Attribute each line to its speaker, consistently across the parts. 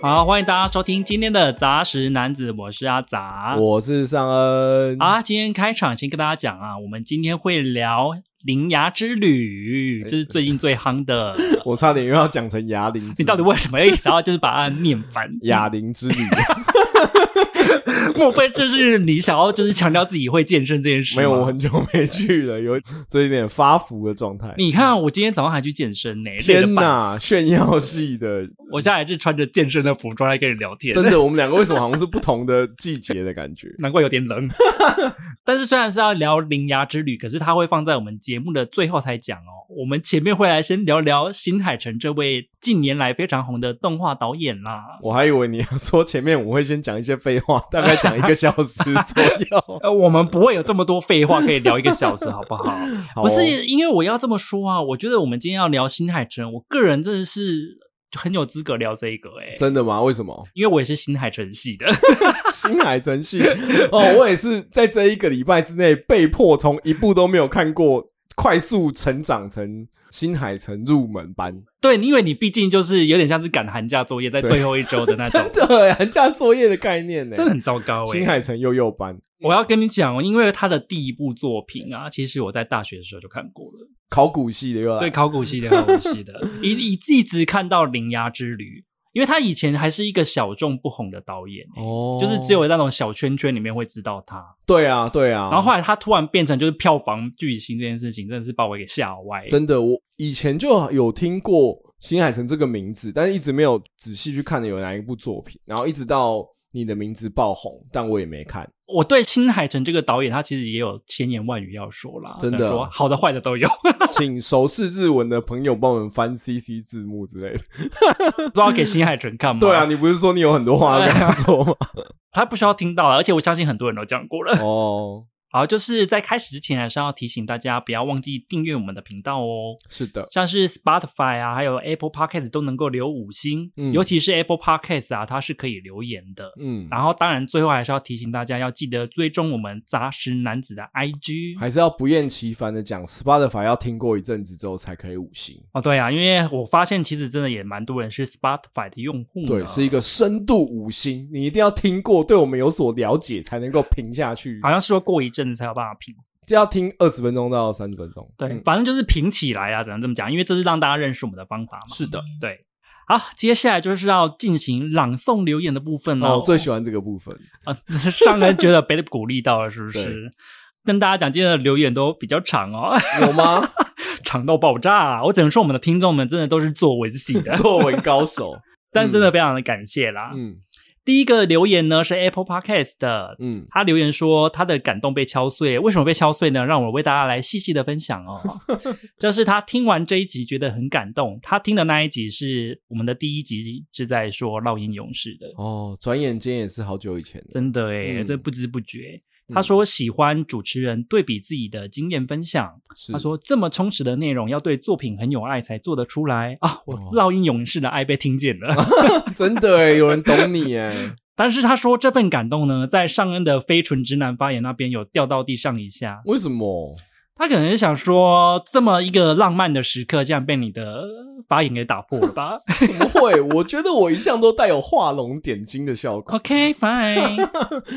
Speaker 1: 好，欢迎大家收听今天的杂食男子，我是阿杂。
Speaker 2: 我是尚恩
Speaker 1: 好，今天开场先跟大家讲啊，我们今天会聊《铃芽之
Speaker 2: 哎
Speaker 1: 旅》，这是最近最夯的。
Speaker 2: 我差点又要讲成哑铃之旅，
Speaker 1: 你到底为什么要一直要就是把它念 反？
Speaker 2: 哑铃 之旅？
Speaker 1: 莫非这是你想要就是强调自己会健身这件事吗？
Speaker 2: 没有，我很久没去了，有这一点发福的状态。
Speaker 1: 你看，我今天早上还去健身呢、累得
Speaker 2: 天
Speaker 1: 半
Speaker 2: 哪，炫耀系的，
Speaker 1: 死！我现在还是穿着健身的服装来跟你聊天，
Speaker 2: 真的，我们两个为什么好像是不同的季节
Speaker 1: ？
Speaker 2: 的感觉
Speaker 1: 难怪有点冷。但是虽然是要聊铃芽之旅，可是它会放在我们节目的最后才讲哦。我们前面会来先聊聊新海诚这位近年来非常红的动画导演啦。。
Speaker 2: 我还以为你要说前面我会先讲一些废话，大概讲一个小时左右
Speaker 1: 呃，我们不会有这么多废话可以聊一个小时，好不 好？
Speaker 2: 好哦
Speaker 1: 不是因为我要这么说啊，我觉得我们今天要聊新海诚，我个人真的是很有资格聊这一个诶、
Speaker 2: 真的吗？为什么
Speaker 1: 因为我也是新海诚系的。
Speaker 2: 新海诚系哦，我也是在这一个礼拜之内被迫从一部都没有看过，快速成长成新海诚入门班。
Speaker 1: 对，因为你毕竟就是有点像是赶寒假作业，在最后一周的那 种
Speaker 2: 真，的耶寒假作业的概念呢，
Speaker 1: 真的很糟糕哎、
Speaker 2: 新海诚幼幼班
Speaker 1: 我要跟你讲哦，因为他的第一部作品啊，其实我在大学的时候就看过了，
Speaker 2: 考古系的又来
Speaker 1: 对，考古系的、考古系 的，一一一直看到《铃芽之旅》，因为他以前还是一个小众不红的导演、欸
Speaker 2: 哦
Speaker 1: 就是只有那种小圈圈里面会知道他，
Speaker 2: 对啊对啊，
Speaker 1: 然后后来他突然变成就是票房巨星这件事情，真的是把我给吓歪。
Speaker 2: 真的我以前就有听过新海诚这个名字，但是一直没有仔细去看有哪一部作品，然后一直到你的名字爆红，但我也没看，
Speaker 1: 我对新海诚这个导演，他其实也有千言万语要说啦，
Speaker 2: 真的
Speaker 1: 想说好的坏的都有，
Speaker 2: 请熟识日文的朋友帮我们翻 CC 字幕之类的。
Speaker 1: 不知道给新海诚看吗？
Speaker 2: 对啊，，你不是说你有很多话要跟他 说吗？
Speaker 1: 他不需要听到了，而且我相信很多人都讲过了。
Speaker 2: 哦，
Speaker 1: 好，就是在开始之前，还是要提醒大家不要忘记订阅我们的频道哦。
Speaker 2: 是的，
Speaker 1: 像是 Spotify 啊，还有 Apple Podcast 都能够留五星，
Speaker 2: 嗯
Speaker 1: 尤其是 Apple Podcast 啊，它是可以留言的。
Speaker 2: 嗯，
Speaker 1: 然后，当然最后还是要提醒大家要记得追踪我们杂食男子的 IG
Speaker 2: 还是要不厌其烦的讲，Spotify 要听过一阵子之后才可以五星。
Speaker 1: 哦。对啊，因为我发现其实真的也蛮多人是 Spotify 的用户呢，
Speaker 2: 对，是一个深度五星，你一定要听过，对我们有所了解，才能够评下去。
Speaker 1: 好像是说过一阵子才有办法评。
Speaker 2: 这要听二十分钟到三十分钟。
Speaker 1: 对，
Speaker 2: 嗯
Speaker 1: 反正就是评起来啊，只能这么讲，因为这是让大家认识我们的方法嘛。
Speaker 2: 是的。
Speaker 1: 对，好，接下来就是要进行朗诵留言的部分
Speaker 2: 哦，
Speaker 1: 喽。
Speaker 2: 我最喜欢这个部分。
Speaker 1: 啊， 上人觉得被鼓励到了，是不
Speaker 2: 对
Speaker 1: 是？跟大家讲，今天的留言都比较长哦，
Speaker 2: 有 吗？，
Speaker 1: 长到爆炸、啊我只能说，我们的听众们真的都是作文系的
Speaker 2: 作文高手。
Speaker 1: 但真的非常的感谢啦。
Speaker 2: 嗯
Speaker 1: 第一个留言呢是 Apple Podcast 的，
Speaker 2: 嗯，
Speaker 1: 他留言说他的感动被敲碎，为什么被敲碎呢？让我为大家来细细的分享哦。 就是他听完这一集觉得很感动，他听的那一集是我们的第一集，是在说烙印勇士的，
Speaker 2: 哦，转眼间也是好久以前了。
Speaker 1: 真的诶、
Speaker 2: 嗯
Speaker 1: 这不知不觉。
Speaker 2: 嗯
Speaker 1: 他说喜欢主持人对比自己的经验分享，
Speaker 2: 是
Speaker 1: 他说这么充实的内容要对作品很有爱才做得出来啊！我
Speaker 2: 哦
Speaker 1: 烙印勇士的爱被听见了。
Speaker 2: 真的哎，有人懂你 哎。
Speaker 1: 但是他说这份感动呢，在上恩的非纯直男发言那边有掉到地上一下，
Speaker 2: 为什么？
Speaker 1: 他可能是想说，这么一个浪漫的时刻，竟然被你的呃发言给打破了吧
Speaker 2: 怎么会？我觉得我一向都带有画龙点睛的效果。
Speaker 1: ？OK fine。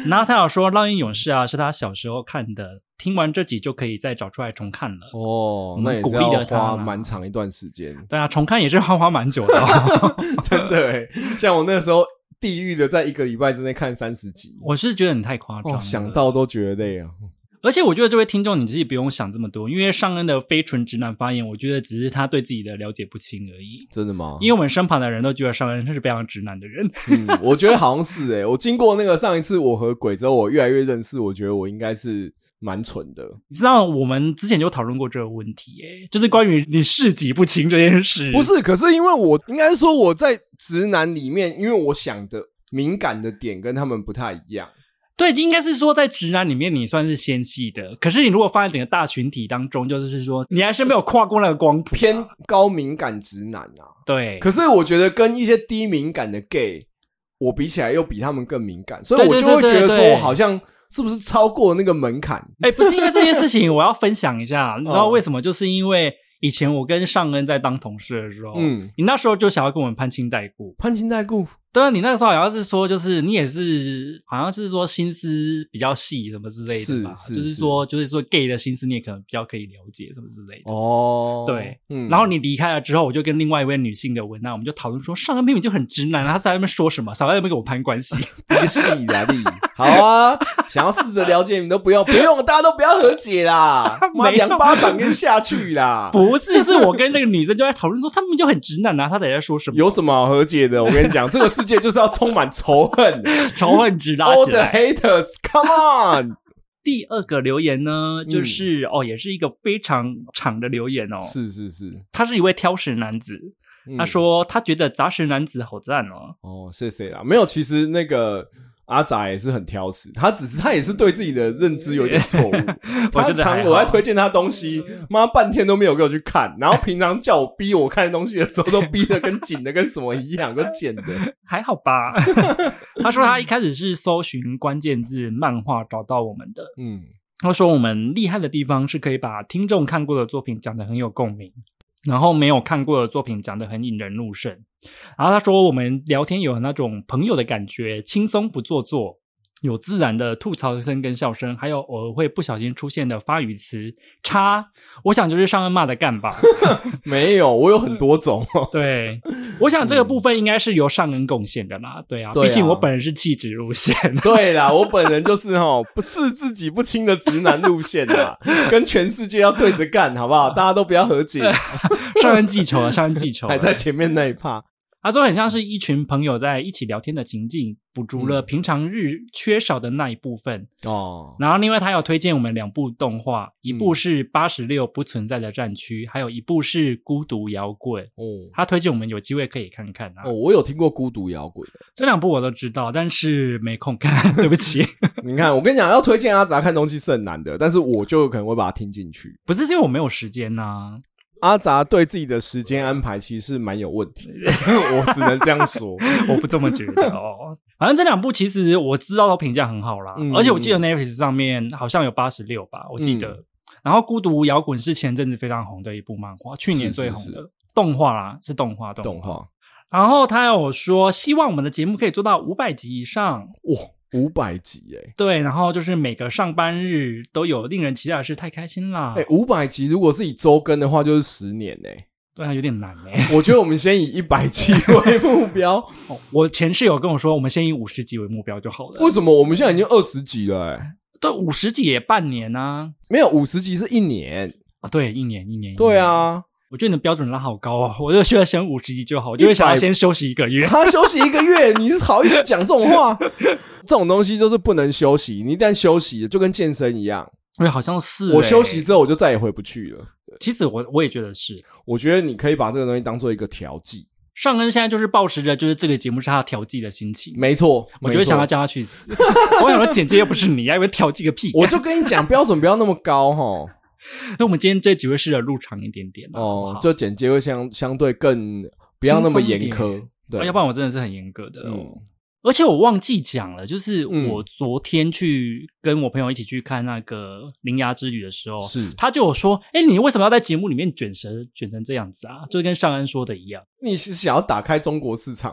Speaker 1: 然后他有说，《烙印勇士》啊，是他小时候看的，听完这集就可以再找出来重看了。
Speaker 2: 哦
Speaker 1: 我，们
Speaker 2: 那也是
Speaker 1: 嗯鼓励
Speaker 2: 要
Speaker 1: 了他
Speaker 2: 花
Speaker 1: 啦
Speaker 2: 蛮长一段时间。
Speaker 1: 对啊，重看也是花花蛮久的、 哦。
Speaker 2: 真的哎，像我那时候地狱的，在一个礼拜之内看三十集，
Speaker 1: 我是觉得你太夸张了、
Speaker 2: 哦，想，到都觉得累啊。
Speaker 1: 而且我觉得这位听众你自己不用想这么多，因为上恩的非纯直男发言，我觉得只是他对自己的了解不清而已。
Speaker 2: 真的吗？
Speaker 1: 因为我们身旁的人都觉得上恩是非常直男的人，
Speaker 2: 嗯， 我觉得好像是诶、我经过那个上一次我和鬼之后，我越来越认识，我觉得我应该是蛮蠢的。
Speaker 1: 你知道我们之前就讨论过这个问题、诶，就是关于你市己不清这件事。
Speaker 2: 不，是，可是因为我应该说我在直男里面，因为我想的敏感的点跟他们不太一样。
Speaker 1: 对，应该是说在直男里面你算是纤细的，可是你如果放在整个大群体当中，就是说你还是没有跨过那个光谱啊、
Speaker 2: 偏高敏感直男啊，
Speaker 1: 对。
Speaker 2: 可是我觉得跟一些低敏感的 gay，我比起来又比他们更敏感，所以我
Speaker 1: 对对
Speaker 2: 就会
Speaker 1: 对
Speaker 2: 觉
Speaker 1: 对
Speaker 2: 得
Speaker 1: 对
Speaker 2: 说我好像是不是超过那个门槛？
Speaker 1: 哎、不是因为这件事情，我要分享一 下，你知道为什么？就是因为以前我跟尚恩在当同事的时候，嗯
Speaker 2: 嗯，
Speaker 1: 你那时候就想要跟我们攀亲带故，
Speaker 2: 攀亲带故
Speaker 1: 对啊，你那个时候好像是说，就是你也是好像是说心思比较细什么之类的吧，
Speaker 2: 是是
Speaker 1: 就是说就是说 gay 的心思你也可能比较可以了解什么之类的。
Speaker 2: 哦，
Speaker 1: 对，
Speaker 2: 嗯
Speaker 1: 然后你离开了之后，我就跟另外一位女性的文娜，我们就讨论说，上恩明明就很直男，啊他在那边说什么，少在那边跟我攀关 系。
Speaker 2: 一个戏啊，力，好啊，想要试着了解你都不用，不用，大家都不要和 解啦，妈
Speaker 1: 没有
Speaker 2: 两巴掌跟下去啦，
Speaker 1: 不是，是我跟那个女生就在讨论说，他们就很直男啊，他底在说什么？
Speaker 2: 有什么好和解的？我跟你讲，这个世界就是要充满仇恨
Speaker 1: 仇恨值拉
Speaker 2: ，all
Speaker 1: 起
Speaker 2: the
Speaker 1: 来。
Speaker 2: haters，come on，
Speaker 1: 第二个留言呢，就
Speaker 2: 嗯
Speaker 1: 是、哦，也是一个非常长的留 言哦。
Speaker 2: 是是是，
Speaker 1: 他是一位挑食男子，
Speaker 2: 嗯
Speaker 1: 他说他觉得杂食男子好赞 哦。
Speaker 2: 哦，谢谢啦，没有，其实那个。阿杂也是很挑食，他只是他也是对自己的认知有点错误。
Speaker 1: 我
Speaker 2: 他
Speaker 1: 觉得还
Speaker 2: 常
Speaker 1: 好
Speaker 2: 我在推荐他东西，妈半天都没有给我去看，然后平常叫我逼我看东西的时候，都逼的跟紧的跟什么一样，跟剪的。
Speaker 1: 还好吧。他说他一开始是搜寻关键字漫画找到我们的。
Speaker 2: 嗯，
Speaker 1: 他说我们厉害的地方是可以把听众看过的作品讲得很有共鸣，然后没有看过的作品讲得很引人入胜。然后他说我们聊天有那种朋友的感觉，轻松不做作。有自然的吐槽声跟笑声，还有偶尔会不小心出现的发语词“叉”，我想就是上恩骂的干吧。
Speaker 2: 没有，我有很多种。
Speaker 1: 对，我想这个部分应该是由上恩贡献的啦。对啊，
Speaker 2: 嗯对啊
Speaker 1: 毕竟我本人是气质路线。
Speaker 2: 对啦，我本人就是哈不是自己不清的直男路 线啦，跟全世界要对着干，好不好？大家都不要 和解，
Speaker 1: 上恩记仇了，啊上恩记仇了。
Speaker 2: 还在前面那一趴。
Speaker 1: 他说很像是一群朋友在一起聊天的情境，补足了平常日缺少的那一部分。
Speaker 2: 哦，
Speaker 1: 然后另外他有推荐我们两部动画，一部是《八十六不存在的战区》，还有一部是《孤独摇滚》。
Speaker 2: 哦，
Speaker 1: 他推荐我们有机会可以看看啊，
Speaker 2: 哦，我有听过孤独摇滚。
Speaker 1: 这两部我都知道，但是没空看， 对不起。
Speaker 2: 你看，我跟你讲，要推荐阿杂看东西是很难的，但是我就有可能会把它听进去。
Speaker 1: 不是是因为我没有时间呐、
Speaker 2: 阿杂对自己的时间安排其实是蛮有问题的， 我只能这样说。
Speaker 1: 我不这么觉得哦。反正这两部其实我知道都评价很好啦，
Speaker 2: 嗯嗯
Speaker 1: 而且我记得 Netflix 上面好像有八十六吧，我记得。然后《孤独摇滚》是前阵子非常红的一部漫画，去年最红的
Speaker 2: 是是
Speaker 1: 动画啦，是动画动画。
Speaker 2: 动画
Speaker 1: 然后他有说，希望我们的节目可以做到五百集以上。
Speaker 2: 哇，五百集哎、
Speaker 1: 对，然后就是每个上班日都有令人期待的事，太开心啦。
Speaker 2: 哎、五百集如果是以周更的话，就是十年哎、
Speaker 1: 对啊，有点难哎、
Speaker 2: 我觉得我们先以一百集为目标。
Speaker 1: 哦我前室友跟我说，我们先以五十集为目标就好了。
Speaker 2: 为什么我们现在已经二十集了、欸？
Speaker 1: 对，五十集也半年呐、
Speaker 2: 没有五十集是一年。
Speaker 1: 啊。对，一年一年。一
Speaker 2: 对
Speaker 1: 年
Speaker 2: 啊，
Speaker 1: 我觉得你的标准拉好高哦，我就觉得先五十集就好，我就会想要先休息一个月。
Speaker 2: 他休息一个月，你是好意思讲这种话？这种东西就是不能休息，你一旦休息就跟健身一样，
Speaker 1: 对，好像是、欸
Speaker 2: 我休息，之后我就再也回不去了。
Speaker 1: 其实我我也觉得是。
Speaker 2: 我觉得你可以把这个东西当做一个调剂，
Speaker 1: 上恩现在就是保持着就是这个节目是他调剂的心情，
Speaker 2: 没错，
Speaker 1: 我就会
Speaker 2: 没错
Speaker 1: 想要叫他去死。 我想说简介又不是你，还以为调剂个屁、
Speaker 2: 我就跟你讲，标准不要那么 高哈。
Speaker 1: 那我们今天这集会试着入长一点点啦好不
Speaker 2: 哦
Speaker 1: 好，
Speaker 2: 就简介会相相对更不要那么严
Speaker 1: 轻松一
Speaker 2: 苛
Speaker 1: 点，哦
Speaker 2: 对，
Speaker 1: 啊要不然我真的是很严格的、哦。
Speaker 2: 嗯
Speaker 1: 而且我忘记讲了，就是
Speaker 2: 嗯
Speaker 1: 我昨天去跟我朋友一起去看那个《铃芽之旅》的时候，
Speaker 2: 是
Speaker 1: 他就有说：“哎、你为什么要在节目里面卷舌卷成这样子啊？”就跟上恩说的一样，
Speaker 2: 你是想要打开中国市场，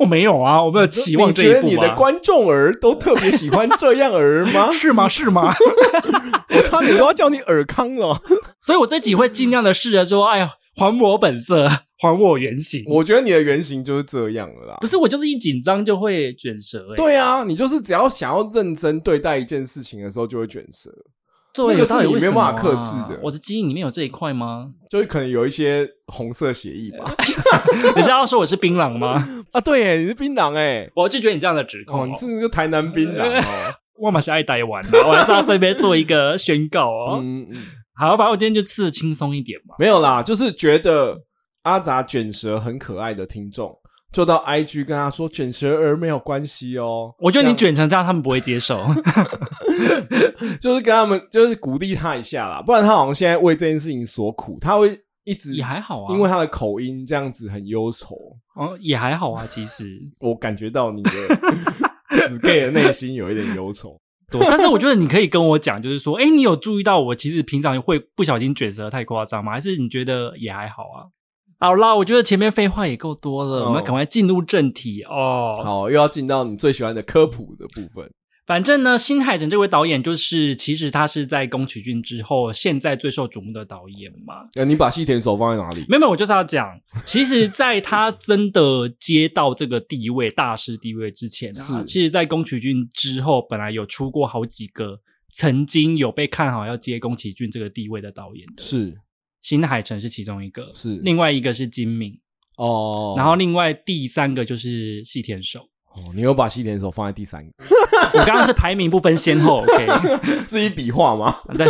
Speaker 1: 我没有啊，我没有 期望
Speaker 2: 你
Speaker 1: 这
Speaker 2: 觉
Speaker 1: 一
Speaker 2: 得
Speaker 1: 步、啊、？
Speaker 2: 你的观众儿都特别喜欢这样儿 吗
Speaker 1: 是吗？是 吗？
Speaker 2: 我差点都要叫你尔康了。
Speaker 1: 所以我这集会尽量的试着说：“哎呀，还我本色，还我原形。”
Speaker 2: 我觉得你的原型就是这样了啦
Speaker 1: 不。是我就是一紧张就会卷舌、欸，
Speaker 2: 对啊，你就是只要想要认真对待一件事情的时候，就会卷舌，
Speaker 1: 对，
Speaker 2: 那个是
Speaker 1: 到底
Speaker 2: 你
Speaker 1: 为
Speaker 2: 没
Speaker 1: 什么
Speaker 2: 办
Speaker 1: 啊
Speaker 2: 法克制的
Speaker 1: 我的基因里面有这一块吗？
Speaker 2: 就是可能有一些红色协议吧。
Speaker 1: 人家要说我是槟榔吗？
Speaker 2: 啊，对耶，你是槟榔哎，
Speaker 1: 我拒绝你这样的指控、
Speaker 2: 哦，
Speaker 1: 哦
Speaker 2: 你是个台南槟榔哦。
Speaker 1: 我马是爱呆玩的，我 还是要这边做一个宣告 哦。
Speaker 2: 嗯嗯，
Speaker 1: 好，反正我今天就吃的轻松一点嘛。
Speaker 2: 没有啦，就是觉得阿杂卷舌很可爱的听众，就到 IG 跟他说卷舌儿没有关系哦。
Speaker 1: 我觉得你
Speaker 2: 这
Speaker 1: 卷
Speaker 2: 样
Speaker 1: 成这样，他们不会接受。
Speaker 2: 就是跟他们就是鼓励他一下啦，不然他好像现在为这件事情所苦，他会一直
Speaker 1: 也还好啊，
Speaker 2: 因为他的口音这样子很忧愁。
Speaker 1: 哦也还好啊，其实
Speaker 2: 我感觉到你的 死 gay 的内心有一点忧愁。
Speaker 1: 对。 但是我觉得你可以跟我讲，就是说，哎、你有注意到我其实平常会不小心卷舌太夸张吗？还是你觉得也还好啊？好啦，我觉得前面废话也够多了，我们
Speaker 2: 哦
Speaker 1: 赶快进入正题哦。
Speaker 2: 好，又要进到你最喜欢的科普的部分。
Speaker 1: 反正呢，新海诚这位导演就是，其实他是在宫崎骏之后，现在最受瞩目的导演嘛。
Speaker 2: 呃，你把细田守放在哪里？
Speaker 1: 没有，没有我就是要讲， 其实，在他真的接到这个地位、大师地位之前啊，
Speaker 2: 是
Speaker 1: 其实，在宫崎骏之后，本来有出过好几个曾经有被看好要接宫崎骏这个地位的导演的，
Speaker 2: 是
Speaker 1: 新海诚是其中一个，
Speaker 2: 是
Speaker 1: 另外一个是金敏，
Speaker 2: 哦，
Speaker 1: 然后另外第三个就是细田守。
Speaker 2: 哦，你又把细田守放在第三个，
Speaker 1: 我刚刚是排名不分先后，OK？
Speaker 2: 是一笔画吗？
Speaker 1: 对，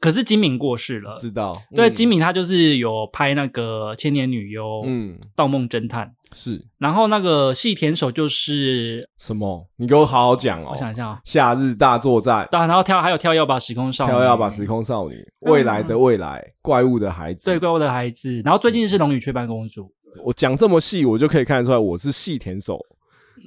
Speaker 1: 可是金敏过世了。
Speaker 2: 知道，
Speaker 1: 对，
Speaker 2: 嗯
Speaker 1: 金，敏他就是有拍那个《千年女优》、《
Speaker 2: 嗯，
Speaker 1: 盗梦侦探》，
Speaker 2: 是
Speaker 1: 然后那个细田守就是，
Speaker 2: 什么？你给我好好讲哦
Speaker 1: 我。想一下哦，
Speaker 2: 夏日大作战，
Speaker 1: 当然然后跳还有跳要把时空少女，
Speaker 2: 跳跃吧时空少女，未来的未来，怪物的孩子。
Speaker 1: 对，怪物的孩子，然后最近是龙与雀斑公主，
Speaker 2: 我讲这么细，我就可以看得出来我是细田守。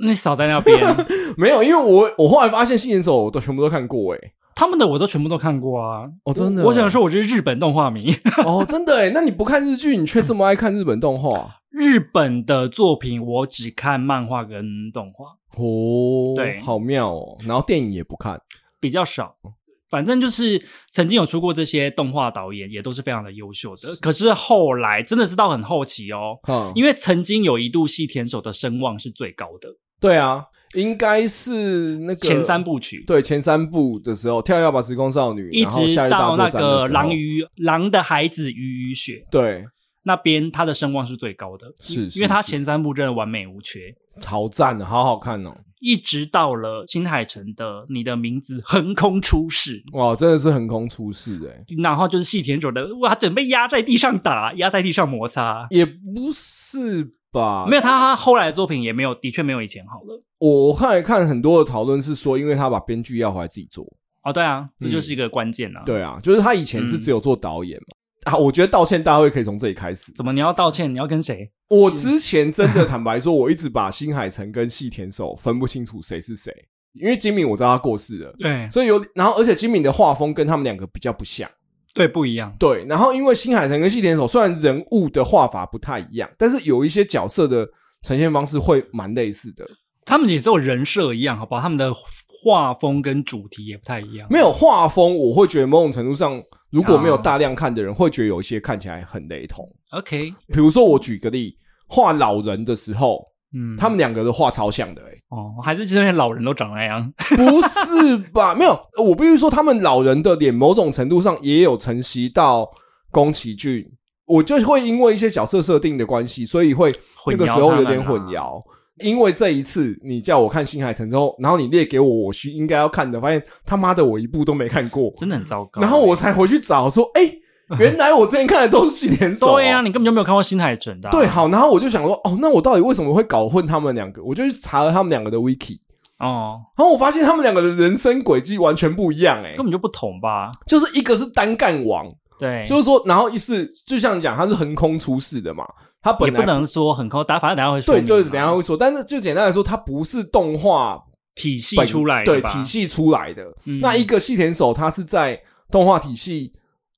Speaker 1: 那少在那边，
Speaker 2: 没有，因为我我后来发现细田守我都全部都看过 哎。
Speaker 1: 他们的我都全部都看过啊。
Speaker 2: 哦真的
Speaker 1: 我，我想说我是日本动画迷，
Speaker 2: 哦，真的哎，那你不看日剧，你却这么爱看日本动画
Speaker 1: 日本的作品我只看漫画跟动画，
Speaker 2: 哦？
Speaker 1: 对
Speaker 2: 好妙哦。然后电影也不看，
Speaker 1: 比较少。
Speaker 2: 哦
Speaker 1: 反正就是曾经有出过这些动画导演，也都是非常的优秀的。可是后来真的是到很后期哦，
Speaker 2: 嗯，
Speaker 1: 因为曾经有一度细田守的声望是最高的，
Speaker 2: 对啊，应该是那个
Speaker 1: 前三部曲，
Speaker 2: 对前三部的时候，跳跃吧时空少女，
Speaker 1: 一
Speaker 2: 然后
Speaker 1: 直
Speaker 2: 夏日大
Speaker 1: 到
Speaker 2: 作
Speaker 1: 那
Speaker 2: 战的时
Speaker 1: 个
Speaker 2: 候
Speaker 1: 狼与狼的孩子与雨雪
Speaker 2: 对
Speaker 1: 那边，他的声望是最高的，
Speaker 2: 是是
Speaker 1: 因为他
Speaker 2: 是
Speaker 1: 前三部真的完美无缺。
Speaker 2: 超赞的，好好看哦。
Speaker 1: 一直到了新海诚的《你的名字》横空出世，
Speaker 2: 哇，真的是横空出世哎、
Speaker 1: 然后就是细田守的，哇，准备压在地上打，压在地上摩擦。
Speaker 2: 也不是吧？
Speaker 1: 没有
Speaker 2: 有，
Speaker 1: 他，他后来的作品也没有，的确没有以前好了。
Speaker 2: 我后来看很多的讨论是说，因为他把编剧要回来自己做，
Speaker 1: 哦，对啊，这
Speaker 2: 嗯
Speaker 1: 就是一个关键啊。，
Speaker 2: 对啊，就是他以前是只有做导演嘛。啊，我觉得道歉大会可以从这里开始。
Speaker 1: 怎么你要道歉？你要跟谁？
Speaker 2: 我之前真的坦白说，我一直把新海诚跟细田守分不清楚谁是谁，因为金敏我知道他过世了，
Speaker 1: 对
Speaker 2: 所以有，然后而且金敏的画风跟他们两个比较不像。
Speaker 1: 对，不一样。
Speaker 2: 对，然后因为新海诚跟细田守虽然人物的画法不太一样，但是有一些角色的呈现方式会蛮类似的。
Speaker 1: 他们也只有人设一样，好不好？他们的画风跟主题也不太一样。
Speaker 2: 没有画风，我会觉得某种程度上，如果没有大量看的人，会觉得有一些看起来很雷同。
Speaker 1: OK，
Speaker 2: 比如说，我举个例，画老人的时候，
Speaker 1: 嗯，
Speaker 2: 他们两个的画超像的、欸，
Speaker 1: 哦，还是这些老人都长那样。
Speaker 2: 不是吧？ 没有，我必须说，他们老人的脸某种程度上也有承袭到宫崎骏。我就会因为一些角色设定的关系，所以会那
Speaker 1: 混
Speaker 2: 个
Speaker 1: 淆
Speaker 2: 时
Speaker 1: 他们啊
Speaker 2: 候有点混淆。因为这一次你叫我看《新海诚》之后，然后你列给我我需应该要看的，发现他妈的我一部都没看过，
Speaker 1: 真的很糟糕。欸
Speaker 2: 然后我才回去找说，哎、原来我之前看的都是细田守、
Speaker 1: 对呀、你根本就没有看过新海诚的啊、
Speaker 2: 哦对，好，然后我就想说，哦，那我到底为什么会搞混他们两个？我就去查了他们两个的 wiki，
Speaker 1: 哦，
Speaker 2: 然后我发现他们两个的人生轨迹完全不一样、哎
Speaker 1: 根，本就不哎同吧？
Speaker 2: 就是一个是单干王，
Speaker 1: 对，
Speaker 2: 就是说，然后一是就像你讲，他是横空出世的嘛，他
Speaker 1: 也
Speaker 2: 本
Speaker 1: 不
Speaker 2: 来
Speaker 1: 能说很抠，打反正等一下会说
Speaker 2: 对，
Speaker 1: 明啊。
Speaker 2: 就是等一下会说，但是就简单来说，他不是动画
Speaker 1: 体系
Speaker 2: 本
Speaker 1: 出来的
Speaker 2: 对
Speaker 1: 吧
Speaker 2: 体系出来的。
Speaker 1: 嗯
Speaker 2: 那一个细田守，他是在动画体系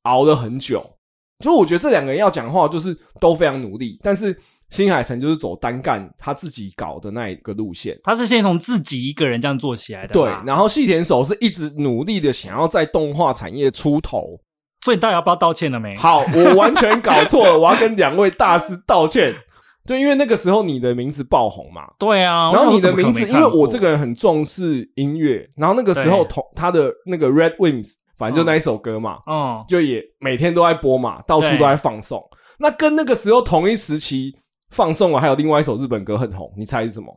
Speaker 2: 熬了很久，所以我觉得这两个人要讲话就是都非常努力，但是新海诚就是走单干他自己搞的那一个路线。
Speaker 1: 他是先从自己一个人这样做起来的
Speaker 2: 对
Speaker 1: 吧，，
Speaker 2: 然后细田守是一直努力的想要在动画产业出头。
Speaker 1: 所以你到底要不要道歉了没？
Speaker 2: 好，我完全搞错了，我要跟两位大师道歉。对，因为那个时候你的名字爆红嘛，
Speaker 1: 对啊，
Speaker 2: 然后你
Speaker 1: 我想
Speaker 2: 的
Speaker 1: 说怎么可
Speaker 2: 名
Speaker 1: 能
Speaker 2: 字，
Speaker 1: 没
Speaker 2: 因
Speaker 1: 看
Speaker 2: 为
Speaker 1: 过
Speaker 2: 我这个人很重视音乐，然后那个时候
Speaker 1: 对嗯
Speaker 2: 同他的那个 Red Wings，反正就那一首歌嘛，
Speaker 1: 哦，
Speaker 2: 就也每天都在播嘛，到处
Speaker 1: 对
Speaker 2: 都在放送。那跟那个时候同一时期放送了，还有另外一首日本歌很红，你猜是什么？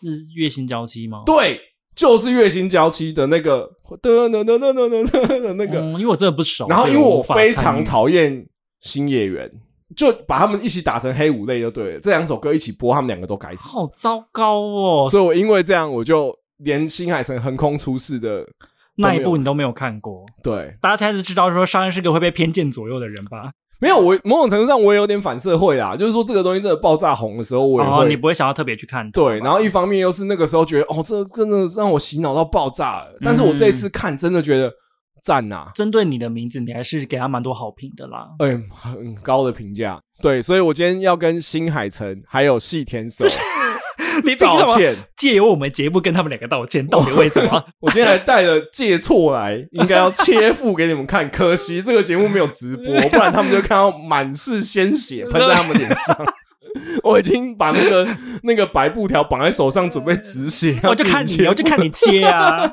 Speaker 1: 是月薪娇妻吗？
Speaker 2: 对，就是月薪娇妻的那个的的的的的的那个。
Speaker 1: 嗯，因为我真的不熟，
Speaker 2: 然后因为
Speaker 1: 所以
Speaker 2: 我
Speaker 1: 无法
Speaker 2: 非
Speaker 1: 参
Speaker 2: 常
Speaker 1: 与
Speaker 2: 讨厌新演员，就把他们一起打成黑五类就对了。这两首歌一起播，他们两个都该死。
Speaker 1: 好糟糕哦，
Speaker 2: 所以我因为这样，我就连新海诚横空出世的
Speaker 1: 那一
Speaker 2: 都没
Speaker 1: 部你都没有看过，
Speaker 2: 对
Speaker 1: 大家才是知道说上恩是个会被偏见左右的人吧？
Speaker 2: 没有我某种程度上我也有点反社会啦，就是说这个东西真的爆炸红的时候，我也
Speaker 1: 哦，你
Speaker 2: 会。
Speaker 1: 不会想要特别去看它
Speaker 2: 对，
Speaker 1: 吧
Speaker 2: 然后一方面又
Speaker 1: 嗯
Speaker 2: 是那个时候觉得哦，这真的让我洗脑到爆炸了。但是我这一次看，真的觉得赞呐、
Speaker 1: 针对你的名字，你还是给他蛮多好评的 啦。
Speaker 2: 哎，很高的评价。对，所以我今天要跟新海诚还有细 田守
Speaker 1: 你凭什
Speaker 2: 道
Speaker 1: 么
Speaker 2: 歉。
Speaker 1: 借由我们节目跟他们两个道歉？到底为什 么？
Speaker 2: 我今天还带了借错来，应该要切腹给你们看。可惜这个节目没有直播，不然他们就看到满是鲜血喷在他们脸上。我已经把那个那个白布条绑在手上，准备止血。
Speaker 1: 我就看你，我就看你切 啊！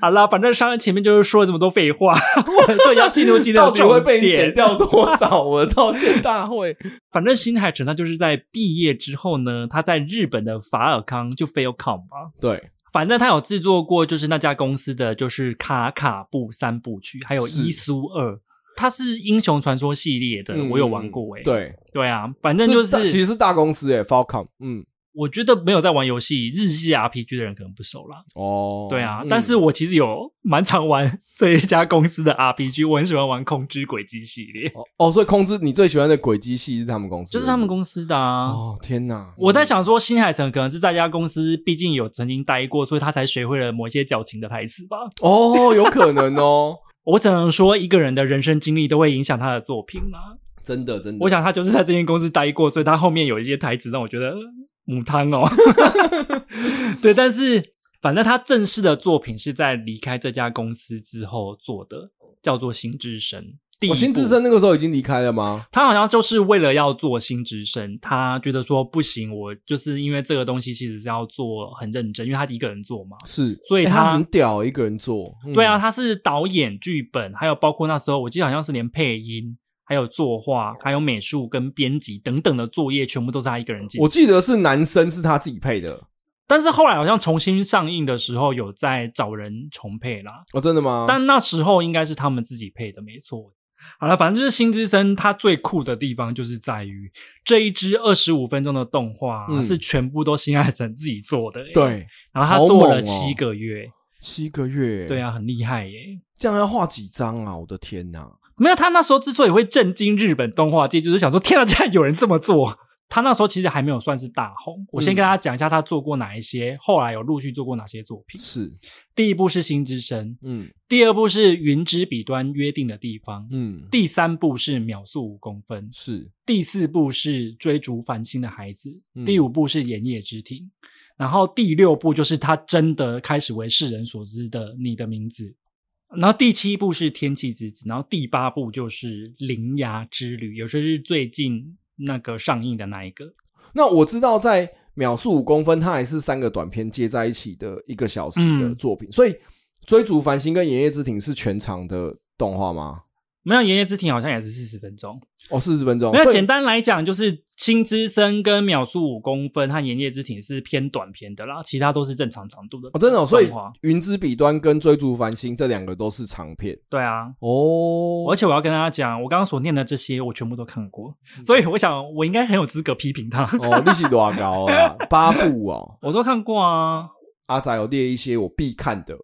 Speaker 1: 好啦，反正上面前面就是说了这么多废话，我们就要进入今天
Speaker 2: 到
Speaker 1: 的
Speaker 2: 底会
Speaker 1: 重
Speaker 2: 被你
Speaker 1: 点。
Speaker 2: 减掉多少？我的道歉大会。
Speaker 1: 反正新海诚他就是在毕业之后呢，他在日本的法尔康就 Failcom 嘛，
Speaker 2: 对，
Speaker 1: 反正他有制作过就是那家公司的就是卡卡布三部曲，还有
Speaker 2: 是
Speaker 1: 伊苏二。它是英雄传说系列的，
Speaker 2: 嗯
Speaker 1: 我有玩过诶、
Speaker 2: 对，
Speaker 1: 对啊，反正就是
Speaker 2: 大其实是大公司诶 f a l c o m 嗯，
Speaker 1: 我觉得没有在玩游戏日系 RPG 的人可能不熟啦。
Speaker 2: 哦，
Speaker 1: 对啊，
Speaker 2: 嗯
Speaker 1: 但是我其实有蛮常玩这一家公司的 RPG，我很喜欢玩《空之轨迹》系列，
Speaker 2: 哦哦，所以空之你最喜欢的轨迹系是他们公司，
Speaker 1: 就是他们公司的啊。
Speaker 2: 哦，天哪！
Speaker 1: 我在想说，新海诚可能是在这家公司，毕竟有曾经待过，所以他才学会了某些矫情的台词吧。
Speaker 2: 哦，有可能哦，
Speaker 1: 我只能说，一个人的人生经历都会影响他的作品啦。
Speaker 2: 真的真的，
Speaker 1: 我想他就是在这间公司待过，所以他后面有一些台词让我觉得呃母汤哦。 对，但是反正他正式的作品是在离开这家公司之后做的，叫做《新之声》。第一
Speaker 2: 我
Speaker 1: 部
Speaker 2: 哦新智深那个时候已经离开了吗？
Speaker 1: 他好像就是为了要做新之声，他觉得说不行，我就是因为这个东西其实是要做很认真，因为他一个人做嘛。
Speaker 2: 是，
Speaker 1: 所以
Speaker 2: 欸
Speaker 1: 他
Speaker 2: 很屌，一个人做。嗯
Speaker 1: 对啊，，他是导演、剧本，还有包括那时候我记得好像是连配音、还有作画、还有美术跟编辑等等的作业，全部都是他一个人进
Speaker 2: 我。记得是男生是他自己配的。
Speaker 1: 但是后来好像重新上映的时候，有在找人重配啦。
Speaker 2: 哦，真的吗？
Speaker 1: 但那时候应该是他们自己配的，没错。好了，反正就是新之声，它最酷的地方就是在于这一支二十五分钟的动画、
Speaker 2: 嗯
Speaker 1: 是全部都新海诚自己做的、欸，。
Speaker 2: 对，
Speaker 1: 然后他
Speaker 2: 好
Speaker 1: 做
Speaker 2: 猛
Speaker 1: 了
Speaker 2: 哦
Speaker 1: 七个月，
Speaker 2: 七个月。
Speaker 1: 对
Speaker 2: 啊，
Speaker 1: 啊，很厉害耶、
Speaker 2: 这样要画几张啊？我的天哪！
Speaker 1: 没有，他那时候之所以会震惊日本动画界，就是想说，天啊，竟然有人这么 做。他那时候其实还没有算是大红。我先
Speaker 2: 嗯
Speaker 1: 跟大家讲一下他做过哪一些，后来有陆续做过哪些作品。
Speaker 2: 是，
Speaker 1: 第一部是《新之声》，
Speaker 2: 嗯
Speaker 1: 第二部是《云之彼端约定的地方》，
Speaker 2: 嗯，
Speaker 1: 第三部是《秒速五公分》，
Speaker 2: 是
Speaker 1: 第四部是《追逐繁星的孩子》，
Speaker 2: 嗯
Speaker 1: 第五部是《炎夜之庭》，然后第六部就是他真的开始为世人所知的《你的名字》，然后第七部是《天气之子》，然后第八部就是《铃芽之旅》，有些是最近那个上映的那一个。
Speaker 2: 那我知道，在秒速五公分，它还是三个短片接在一起的一个小时的
Speaker 1: 嗯
Speaker 2: 作品，所以《追逐繁星》跟《炎夜之庭》是全长的动画吗？
Speaker 1: 没有《炎夜之庭》好像也是四十分钟。
Speaker 2: 哦，四十分钟。
Speaker 1: 没有，
Speaker 2: 所以
Speaker 1: 简单来讲就是《青之声》跟《秒速五公分》和《炎夜之庭》是偏短篇的啦，其他都是正常长度的。
Speaker 2: 哦，真的、哦，所以
Speaker 1: 动画
Speaker 2: 《云之彼端》跟《追逐繁星》这两个都是长片
Speaker 1: 对啊，
Speaker 2: 哦。
Speaker 1: 而且我要跟大家讲，我刚刚所念的这些，我全部都看过，所以我想我应该很有资格批评他。
Speaker 2: 嗯哦， 利息多高啊？八部哦，
Speaker 1: 我都看过啊，
Speaker 2: 阿仔有列一些我必看的，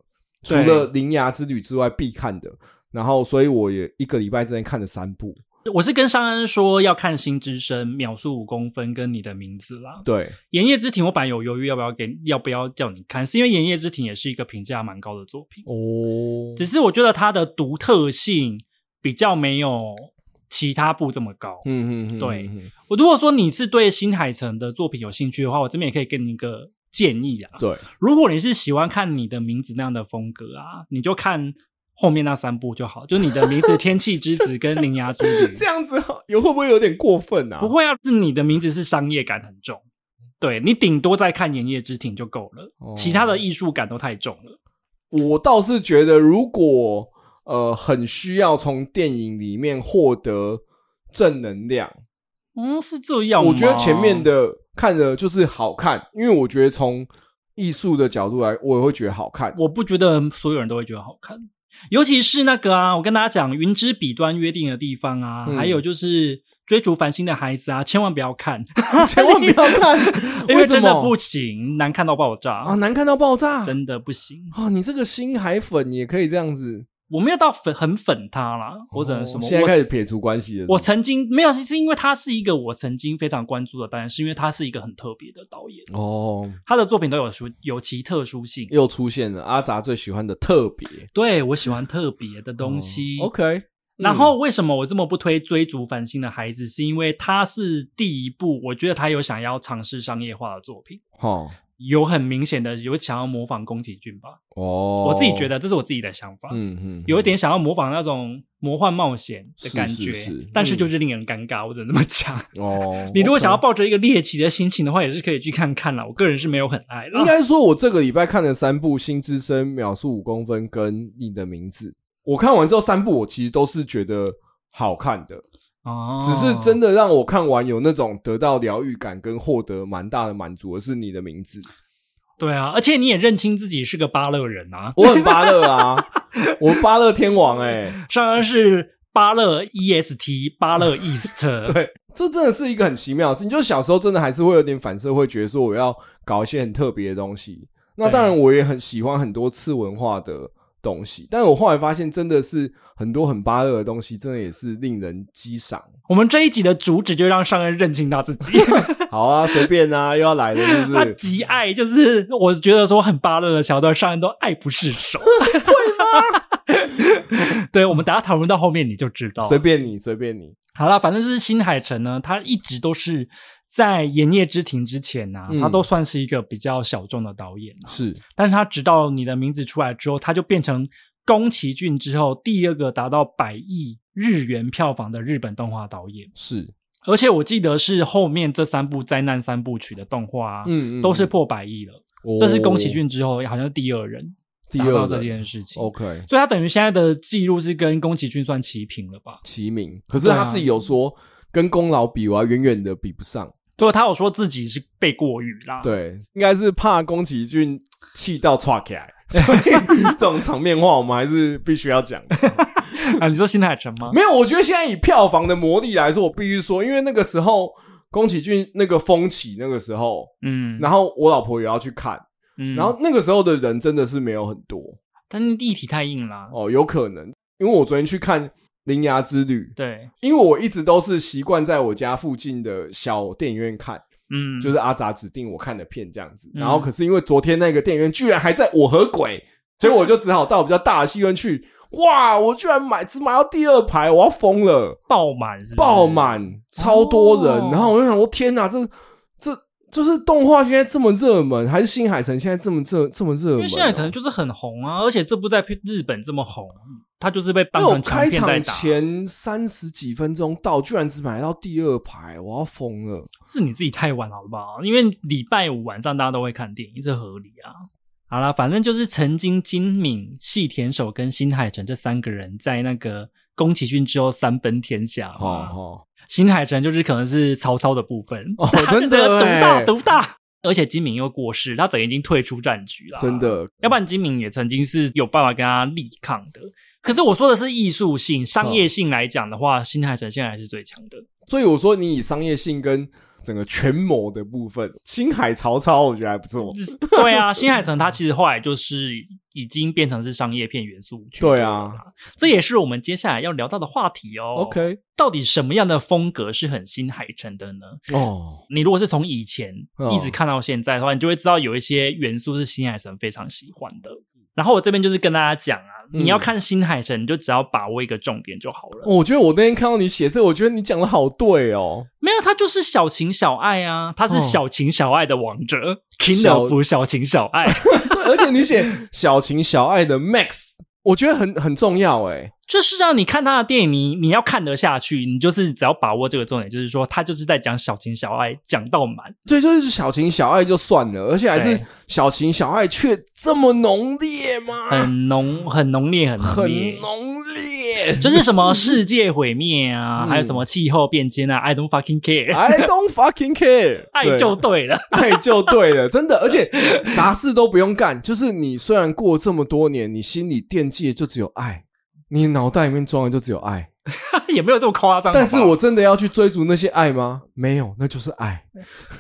Speaker 2: 除
Speaker 1: 对
Speaker 2: 了《铃芽之旅》之外必看的，然后所以我也一个礼拜之内看了三部。
Speaker 1: 我是跟尚恩说要看《新之声》《秒速五公分》跟《你的名字》啦，《
Speaker 2: 对，
Speaker 1: 炎夜之庭》我本来有犹豫要不要给要不要叫你看，是因为《炎夜之庭》也是一个评价蛮高的作品，
Speaker 2: 哦，
Speaker 1: 只是我觉得它的独特性比较没有其他部这么高。
Speaker 2: 嗯嗯嗯，
Speaker 1: 对
Speaker 2: 嗯嗯嗯
Speaker 1: 我如果说你是对新海诚的作品有兴趣的话，我这边也可以给你一个建议啊，
Speaker 2: 对，
Speaker 1: 如果你是喜欢看你的名字那样的风格啊，你就看后面那三部就好，就你的名字、天气之子跟铃芽之旅。
Speaker 2: 这样子有会不会有点过分啊？
Speaker 1: 不会啊，是你的名字是商业感很重，对你顶多再看《炎夜之庭》就够了，
Speaker 2: 哦
Speaker 1: 其他的艺术感都太重了。
Speaker 2: 我倒是觉得，如果呃很需要从电影里面获得正能量，
Speaker 1: 嗯，是这样吗。
Speaker 2: 我觉得前面的看的就是好看，因为我觉得从艺术的角度来，我也会觉得好 看。
Speaker 1: 我不觉得所有人都会觉得好看，尤其是那个啊，我跟大家讲，《云之彼端约定的地方》啊，
Speaker 2: 嗯
Speaker 1: 还有就是《追逐繁星的孩子》啊，千万不要 看，
Speaker 2: 千万不要看，
Speaker 1: 因
Speaker 2: 为
Speaker 1: 为
Speaker 2: 什
Speaker 1: 真
Speaker 2: 么
Speaker 1: 的不行，难看到爆炸
Speaker 2: 啊，难看到爆炸。
Speaker 1: 真的不行。
Speaker 2: 啊，你这个星海粉也可以这样子，
Speaker 1: 我没有到粉很粉他啦，我只能什么、
Speaker 2: 哦现在
Speaker 1: 我
Speaker 2: 开始撇除关系了是不
Speaker 1: 我
Speaker 2: 是
Speaker 1: 曾经没有，是因为他是一个我曾经非常关注的导演，是因为他是一个很特别的导演，
Speaker 2: 哦，
Speaker 1: 他的作品都有属有其特殊性。
Speaker 2: 又出现了阿杂最喜欢的特别
Speaker 1: 对我喜欢特别的东西。
Speaker 2: 哦 OK，
Speaker 1: 然后为什么我这么不推《追逐繁星的孩子》？是因为他是第一部，我觉得他有想要尝试商业化的作品，
Speaker 2: 好
Speaker 1: 有很明显的有想要模仿宫崎骏吧。
Speaker 2: 哦，
Speaker 1: 我自己觉得这是我自己的想法，
Speaker 2: 嗯，嗯嗯，
Speaker 1: 有一点想要模仿那种魔幻冒险的感觉，
Speaker 2: 是是嗯是
Speaker 1: 但是就是令人尴尬，我只能这么讲。
Speaker 2: 哦
Speaker 1: ，你如果
Speaker 2: OK
Speaker 1: 想要抱着一个猎奇的心情的话，也是可以去看看啦。我个人是没有很爱啦，
Speaker 2: 应该说，我这个礼拜看了三部《新之声》《秒速五公分》跟《你的名字》，我看完之后三部，我其实都是觉得好看的，
Speaker 1: 哦，
Speaker 2: 只是真的让我看完有那种得到疗愈感跟获得蛮大的满足，而是《你的名字》，
Speaker 1: 对啊，而且你也认清自己是个巴勒人啊，
Speaker 2: 我很巴乐啊，我巴乐天王哎、
Speaker 1: 上然是巴勒 EST 巴勒 East，
Speaker 2: 对，这真的是一个很奇妙的事情。就是小时候真的还是会有点反社会，觉得说我要搞一些很特别的东西。那
Speaker 1: 对
Speaker 2: 当然，我也很喜欢很多次文化的东西，但我后来发现，真的是很多很巴乐的东西，真的也是令人激赏。
Speaker 1: 我们这一集的主旨就让上恩认清他自己，
Speaker 2: 好啊，随便啊，又要来了， 是不
Speaker 1: 他
Speaker 2: 是？
Speaker 1: 极爱，就是我觉得说很巴勒的桥段，上恩都爱不释 手，会吗？ 对，我们等一下讨论到后面你就知道。
Speaker 2: 啊随便你，随便你。
Speaker 1: 好啦，反正就是新海诚呢，他一直都是在《盐业之庭》之前呢、
Speaker 2: 嗯
Speaker 1: 他都算是一个比较小众的导演、啊。
Speaker 2: 是
Speaker 1: 但是他直到你的名字出来之后，他就变成宫崎骏之后第二个达到百亿日元票房的日本动画导演，
Speaker 2: 是，
Speaker 1: 而且我记得是后面这三部灾难三部曲的动画、啊，
Speaker 2: 嗯嗯，
Speaker 1: 都是破百亿了。
Speaker 2: 哦
Speaker 1: 这是宫崎骏之后好像是第二人
Speaker 2: 第
Speaker 1: 达到
Speaker 2: 二
Speaker 1: 这
Speaker 2: 人哦
Speaker 1: 件事情，
Speaker 2: OK
Speaker 1: 所以他等于现在的记录是跟宫崎骏算齐平了吧？
Speaker 2: 齐名，可是他自己有说，跟功劳比，我要远远的比不上。
Speaker 1: 对，他有说自己是被过誉啦。
Speaker 2: 对，应该是怕宫崎骏气到岔 起来，所以这种场面话我们还是必须要讲 的。
Speaker 1: 啊，你说新海诚吗？
Speaker 2: 没有，我觉得现在以票房的魔力来说，我必须说，因为那个时候宫崎骏那个风起，那个时候，
Speaker 1: 嗯，
Speaker 2: 然后我老婆也要去看，
Speaker 1: 嗯
Speaker 2: 然后那个时候的人真的是没有很多
Speaker 1: 但是地体太硬啦。
Speaker 2: 哦，有可能，因为我昨天去看《铃芽之旅》，
Speaker 1: 对，
Speaker 2: 因为我一直都是习惯在我家附近的小电影院看。
Speaker 1: 嗯，
Speaker 2: 就是是阿杂指定我看的片这样子。
Speaker 1: 嗯
Speaker 2: 然后可是因为昨天那个电影院居然还在我和鬼，所以我就只好到比较大的戏院去。哇！我居然买只买到第二排，我要疯了，
Speaker 1: 爆满是不是
Speaker 2: 爆。满，超多人。
Speaker 1: 嗯哦
Speaker 2: 然后我就想说，天哪，这这就是动画现在这么热门，还是新海诚现在这么热这么热门啊、
Speaker 1: 因为新海诚就是很红啊，而且这部在日本这么红，他就是被当
Speaker 2: 因为我
Speaker 1: 成强
Speaker 2: 开
Speaker 1: 片在
Speaker 2: 场
Speaker 1: 打。
Speaker 2: 前三十几分钟到，居然只买到第二排，我要疯了。
Speaker 1: 是你自己太晚了好不好？因为礼拜五晚上大家都会看电影，这合理啊。好啦，反正就是曾经金敏、细田守跟新海诚这三个人在那个宫崎骏之后三分天下嘛。
Speaker 2: 哦
Speaker 1: 新海诚就是可能是曹操的部分，
Speaker 2: 哦真
Speaker 1: 这
Speaker 2: 的
Speaker 1: 个独大
Speaker 2: 欸
Speaker 1: 独大。而且金敏又过世，他等于已经退出战局了。
Speaker 2: 真的，
Speaker 1: 要不然金敏也曾经是有办法跟他力抗的。可是我说的是艺术
Speaker 2: 嗯
Speaker 1: 性、商业性来讲的话，新海诚现在还是最强的。
Speaker 2: 所以我说，你以商业性跟整个权谋的部分，青海曹操我觉得还不错。
Speaker 1: 对 啊，新海诚他其实后来就是已经变成是商业片元素去
Speaker 2: 对啊
Speaker 1: 做了啦，这也是我们接下来要聊到的话题哦。
Speaker 2: OK，
Speaker 1: 到底什么样的风格是很新海诚的呢？
Speaker 2: 哦，
Speaker 1: 你如果是从以前
Speaker 2: 哦
Speaker 1: 一直看到现在的话，你就会知道有一些元素是新海诚非常喜欢的。然后我这边就是跟大家讲啊，
Speaker 2: 嗯
Speaker 1: 你要看新海诚，你就只要把握一个重点就好了。
Speaker 2: 哦我觉得我那天看到你写这个，我觉得你讲的好对哦。
Speaker 1: 没有，他就是小情小爱啊，他是小情小爱的王者、k i n g of 小情小爱，
Speaker 2: 对而且你写小情小爱的 Max，我觉得很很重要哎。
Speaker 1: 就是让你看他的电影，你你要看得下去，你就是只要把握这个重点，就是说他就是在讲小情小爱，讲到 满，
Speaker 2: 所以就是小情小爱就算了，而且还是
Speaker 1: 对
Speaker 2: 小情小爱却这么浓烈吗？
Speaker 1: 很浓很浓烈，很浓烈
Speaker 2: 很。浓 烈。
Speaker 1: 就是什么世界毁灭啊，
Speaker 2: 嗯
Speaker 1: 还有什么气候变迁啊，I don't fucking care，
Speaker 2: I don't fucking care，
Speaker 1: 爱就对了。
Speaker 2: 爱哎就对了，真的，而且啥事都不用干，就是你虽然过了这么多年，你心里惦记的就只有爱，你脑袋里面装的就只有爱，
Speaker 1: 也没有这么夸张。
Speaker 2: 但是
Speaker 1: 好不好
Speaker 2: 我真的要去追逐那些爱吗？没有，那就是爱。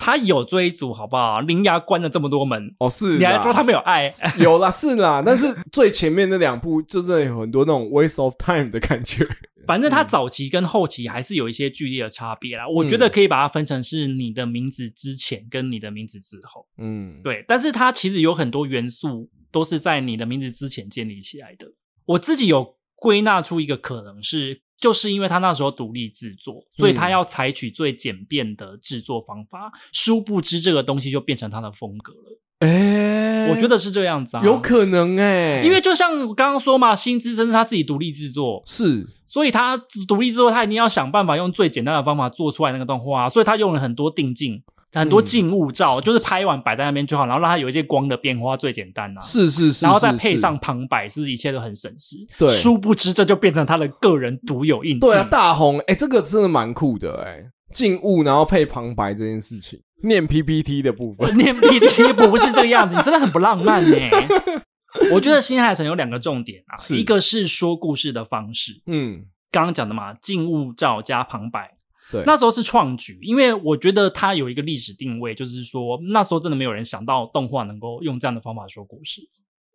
Speaker 1: 他有追逐，好不好？铃芽关了这么多门，
Speaker 2: 哦，是啦，
Speaker 1: 你还说 他没有爱？
Speaker 2: 有啦，是啦，但是最前面那两部就真的有很多那种 waste of time 的感觉。
Speaker 1: 反正
Speaker 2: 嗯
Speaker 1: 他早期跟后期还是有一些剧烈的差别啦。我觉得可以把它分成是你的名字之前跟你的名字之后，
Speaker 2: 嗯，
Speaker 1: 对。但是它其实有很多元素都是在你的名字之前建立起来的。我自己有归纳出一个可能是，就是因为他那时候独立制作，所
Speaker 2: 嗯
Speaker 1: 以他要采取最简便的制作方法，殊不知这个东西就变成他的风格了。
Speaker 2: 哎、
Speaker 1: 我觉得是这样子啊，
Speaker 2: 有可能哎、
Speaker 1: 因为就像我刚刚说嘛，薪资真是他自己独立制作，
Speaker 2: 是
Speaker 1: 所以他独立制作，他一定要想办法用最简单的方法做出来那个动画、啊所以他用了很多定镜。很
Speaker 2: 嗯
Speaker 1: 多静物照、就是拍完摆在那边就好，然后让它有一些光的变化最简单啊，
Speaker 2: 是是是，
Speaker 1: 然后再
Speaker 2: 是
Speaker 1: 配
Speaker 2: 是
Speaker 1: 上旁白，是不是一切都很省事？
Speaker 2: 对
Speaker 1: 殊不知这就变成他的个人独有印记。
Speaker 2: 对啊，大红哎、这个真的蛮酷的哎、静物然后配旁白这件事情，念 PPT 的部分，
Speaker 1: 念 PPT 不是这个样子，你真的很不浪漫 呢、我觉得新海诚有两个重点啊，
Speaker 2: 是
Speaker 1: 一个是说故事的方式，
Speaker 2: 嗯，
Speaker 1: 刚刚讲的嘛，静物照加旁白。
Speaker 2: 对
Speaker 1: 那时候是创举，因为我觉得它有一个历史定位，就是说那时候真的没有人想到动画能够用这样的方法说故事。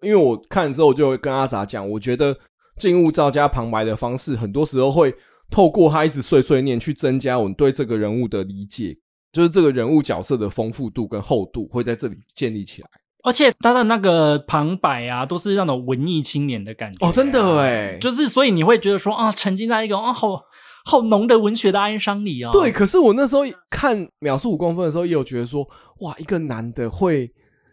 Speaker 2: 因为我看之后就跟阿杂讲，我觉得静物照加旁白的方式，很多时候会透过他一直碎碎念去增加我们对这个人物的理解，就是这个人物角色的丰富度跟厚度会在这里建立起来。
Speaker 1: 而且他的那个旁白啊，都是那种文艺青年的感觉、啊
Speaker 2: 哦真的欸
Speaker 1: 就是所以你会觉得说啊，沉浸在一个啊好好浓的文学的哀伤里啊。
Speaker 2: 对，，可是我那时候看秒速五公分的时候，也有觉得说，哇，一个男的会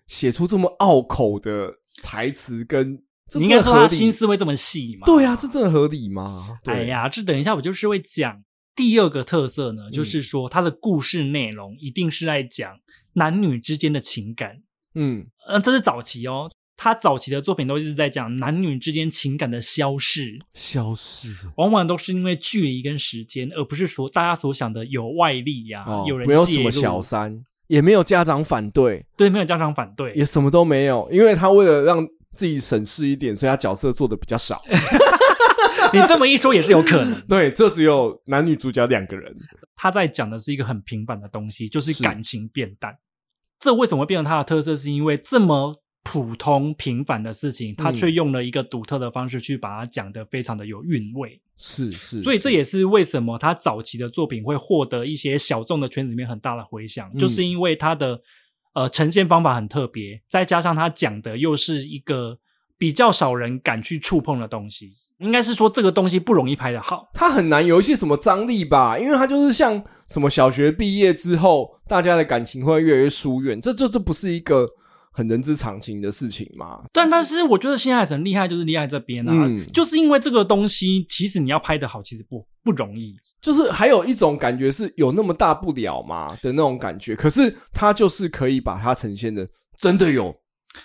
Speaker 2: 写出这么拗口的台词，跟这
Speaker 1: 你应该
Speaker 2: 这
Speaker 1: 说
Speaker 2: 合
Speaker 1: 他心
Speaker 2: 理？
Speaker 1: 思会这么细嘛？
Speaker 2: 对啊，这真的合理吗？对
Speaker 1: 哎，呀，这等一下我就是会讲。第二个特色
Speaker 2: 嗯
Speaker 1: 呢，就是说它的故事内容一定是在讲男女之间的情感。
Speaker 2: 嗯，
Speaker 1: 嗯、这是早期哦，他早期的作品都一直在讲男女之间情感的消逝，
Speaker 2: 消失
Speaker 1: 往往都是因为距离跟时间，而不是说大家所想的有外力哎呀、
Speaker 2: 哦，
Speaker 1: 人
Speaker 2: 没有
Speaker 1: 介
Speaker 2: 什么
Speaker 1: 入
Speaker 2: 小三，也没有家长反对，
Speaker 1: 对，没有家长反对
Speaker 2: 也。什么都没有，因为他为了让自己省事一点，所以他角色做的比 较少。
Speaker 1: 你这么一说也是有可能。
Speaker 2: 对，这只有男女主角两个人。
Speaker 1: 他在讲的是一个很平凡的东西，就是
Speaker 2: 是
Speaker 1: 感情变淡。这为什么会变成他的特色？是因为这么普通平凡的事情，他
Speaker 2: 嗯
Speaker 1: 却用了一个独特的方式去把它讲得非常的有韵味。
Speaker 2: 是是，
Speaker 1: 所以
Speaker 2: 是
Speaker 1: 这也是为什么他早期的作品会获得一些小众的圈子里面很大的回响，
Speaker 2: 嗯
Speaker 1: 就是因为他的呃呈现方法很特别，再加上他讲的又是一个比较少人敢去触碰的东西，应该是说这个东西不容易拍得好。
Speaker 2: 他很难有一些什么张力吧，因为他就是像什么小学毕业之后，大家的感情会越来越疏远，这这这不是一个很人之常情的事情嘛？
Speaker 1: 但但是我觉得新海诚厉害就是厉害这边啊，
Speaker 2: 嗯
Speaker 1: 就是因为这个东西，其实你要拍得好，其实不不容 易。
Speaker 2: 就是还有一种感觉是有那么大不了嘛的那种感觉，可是他就是可以把它呈现的真的有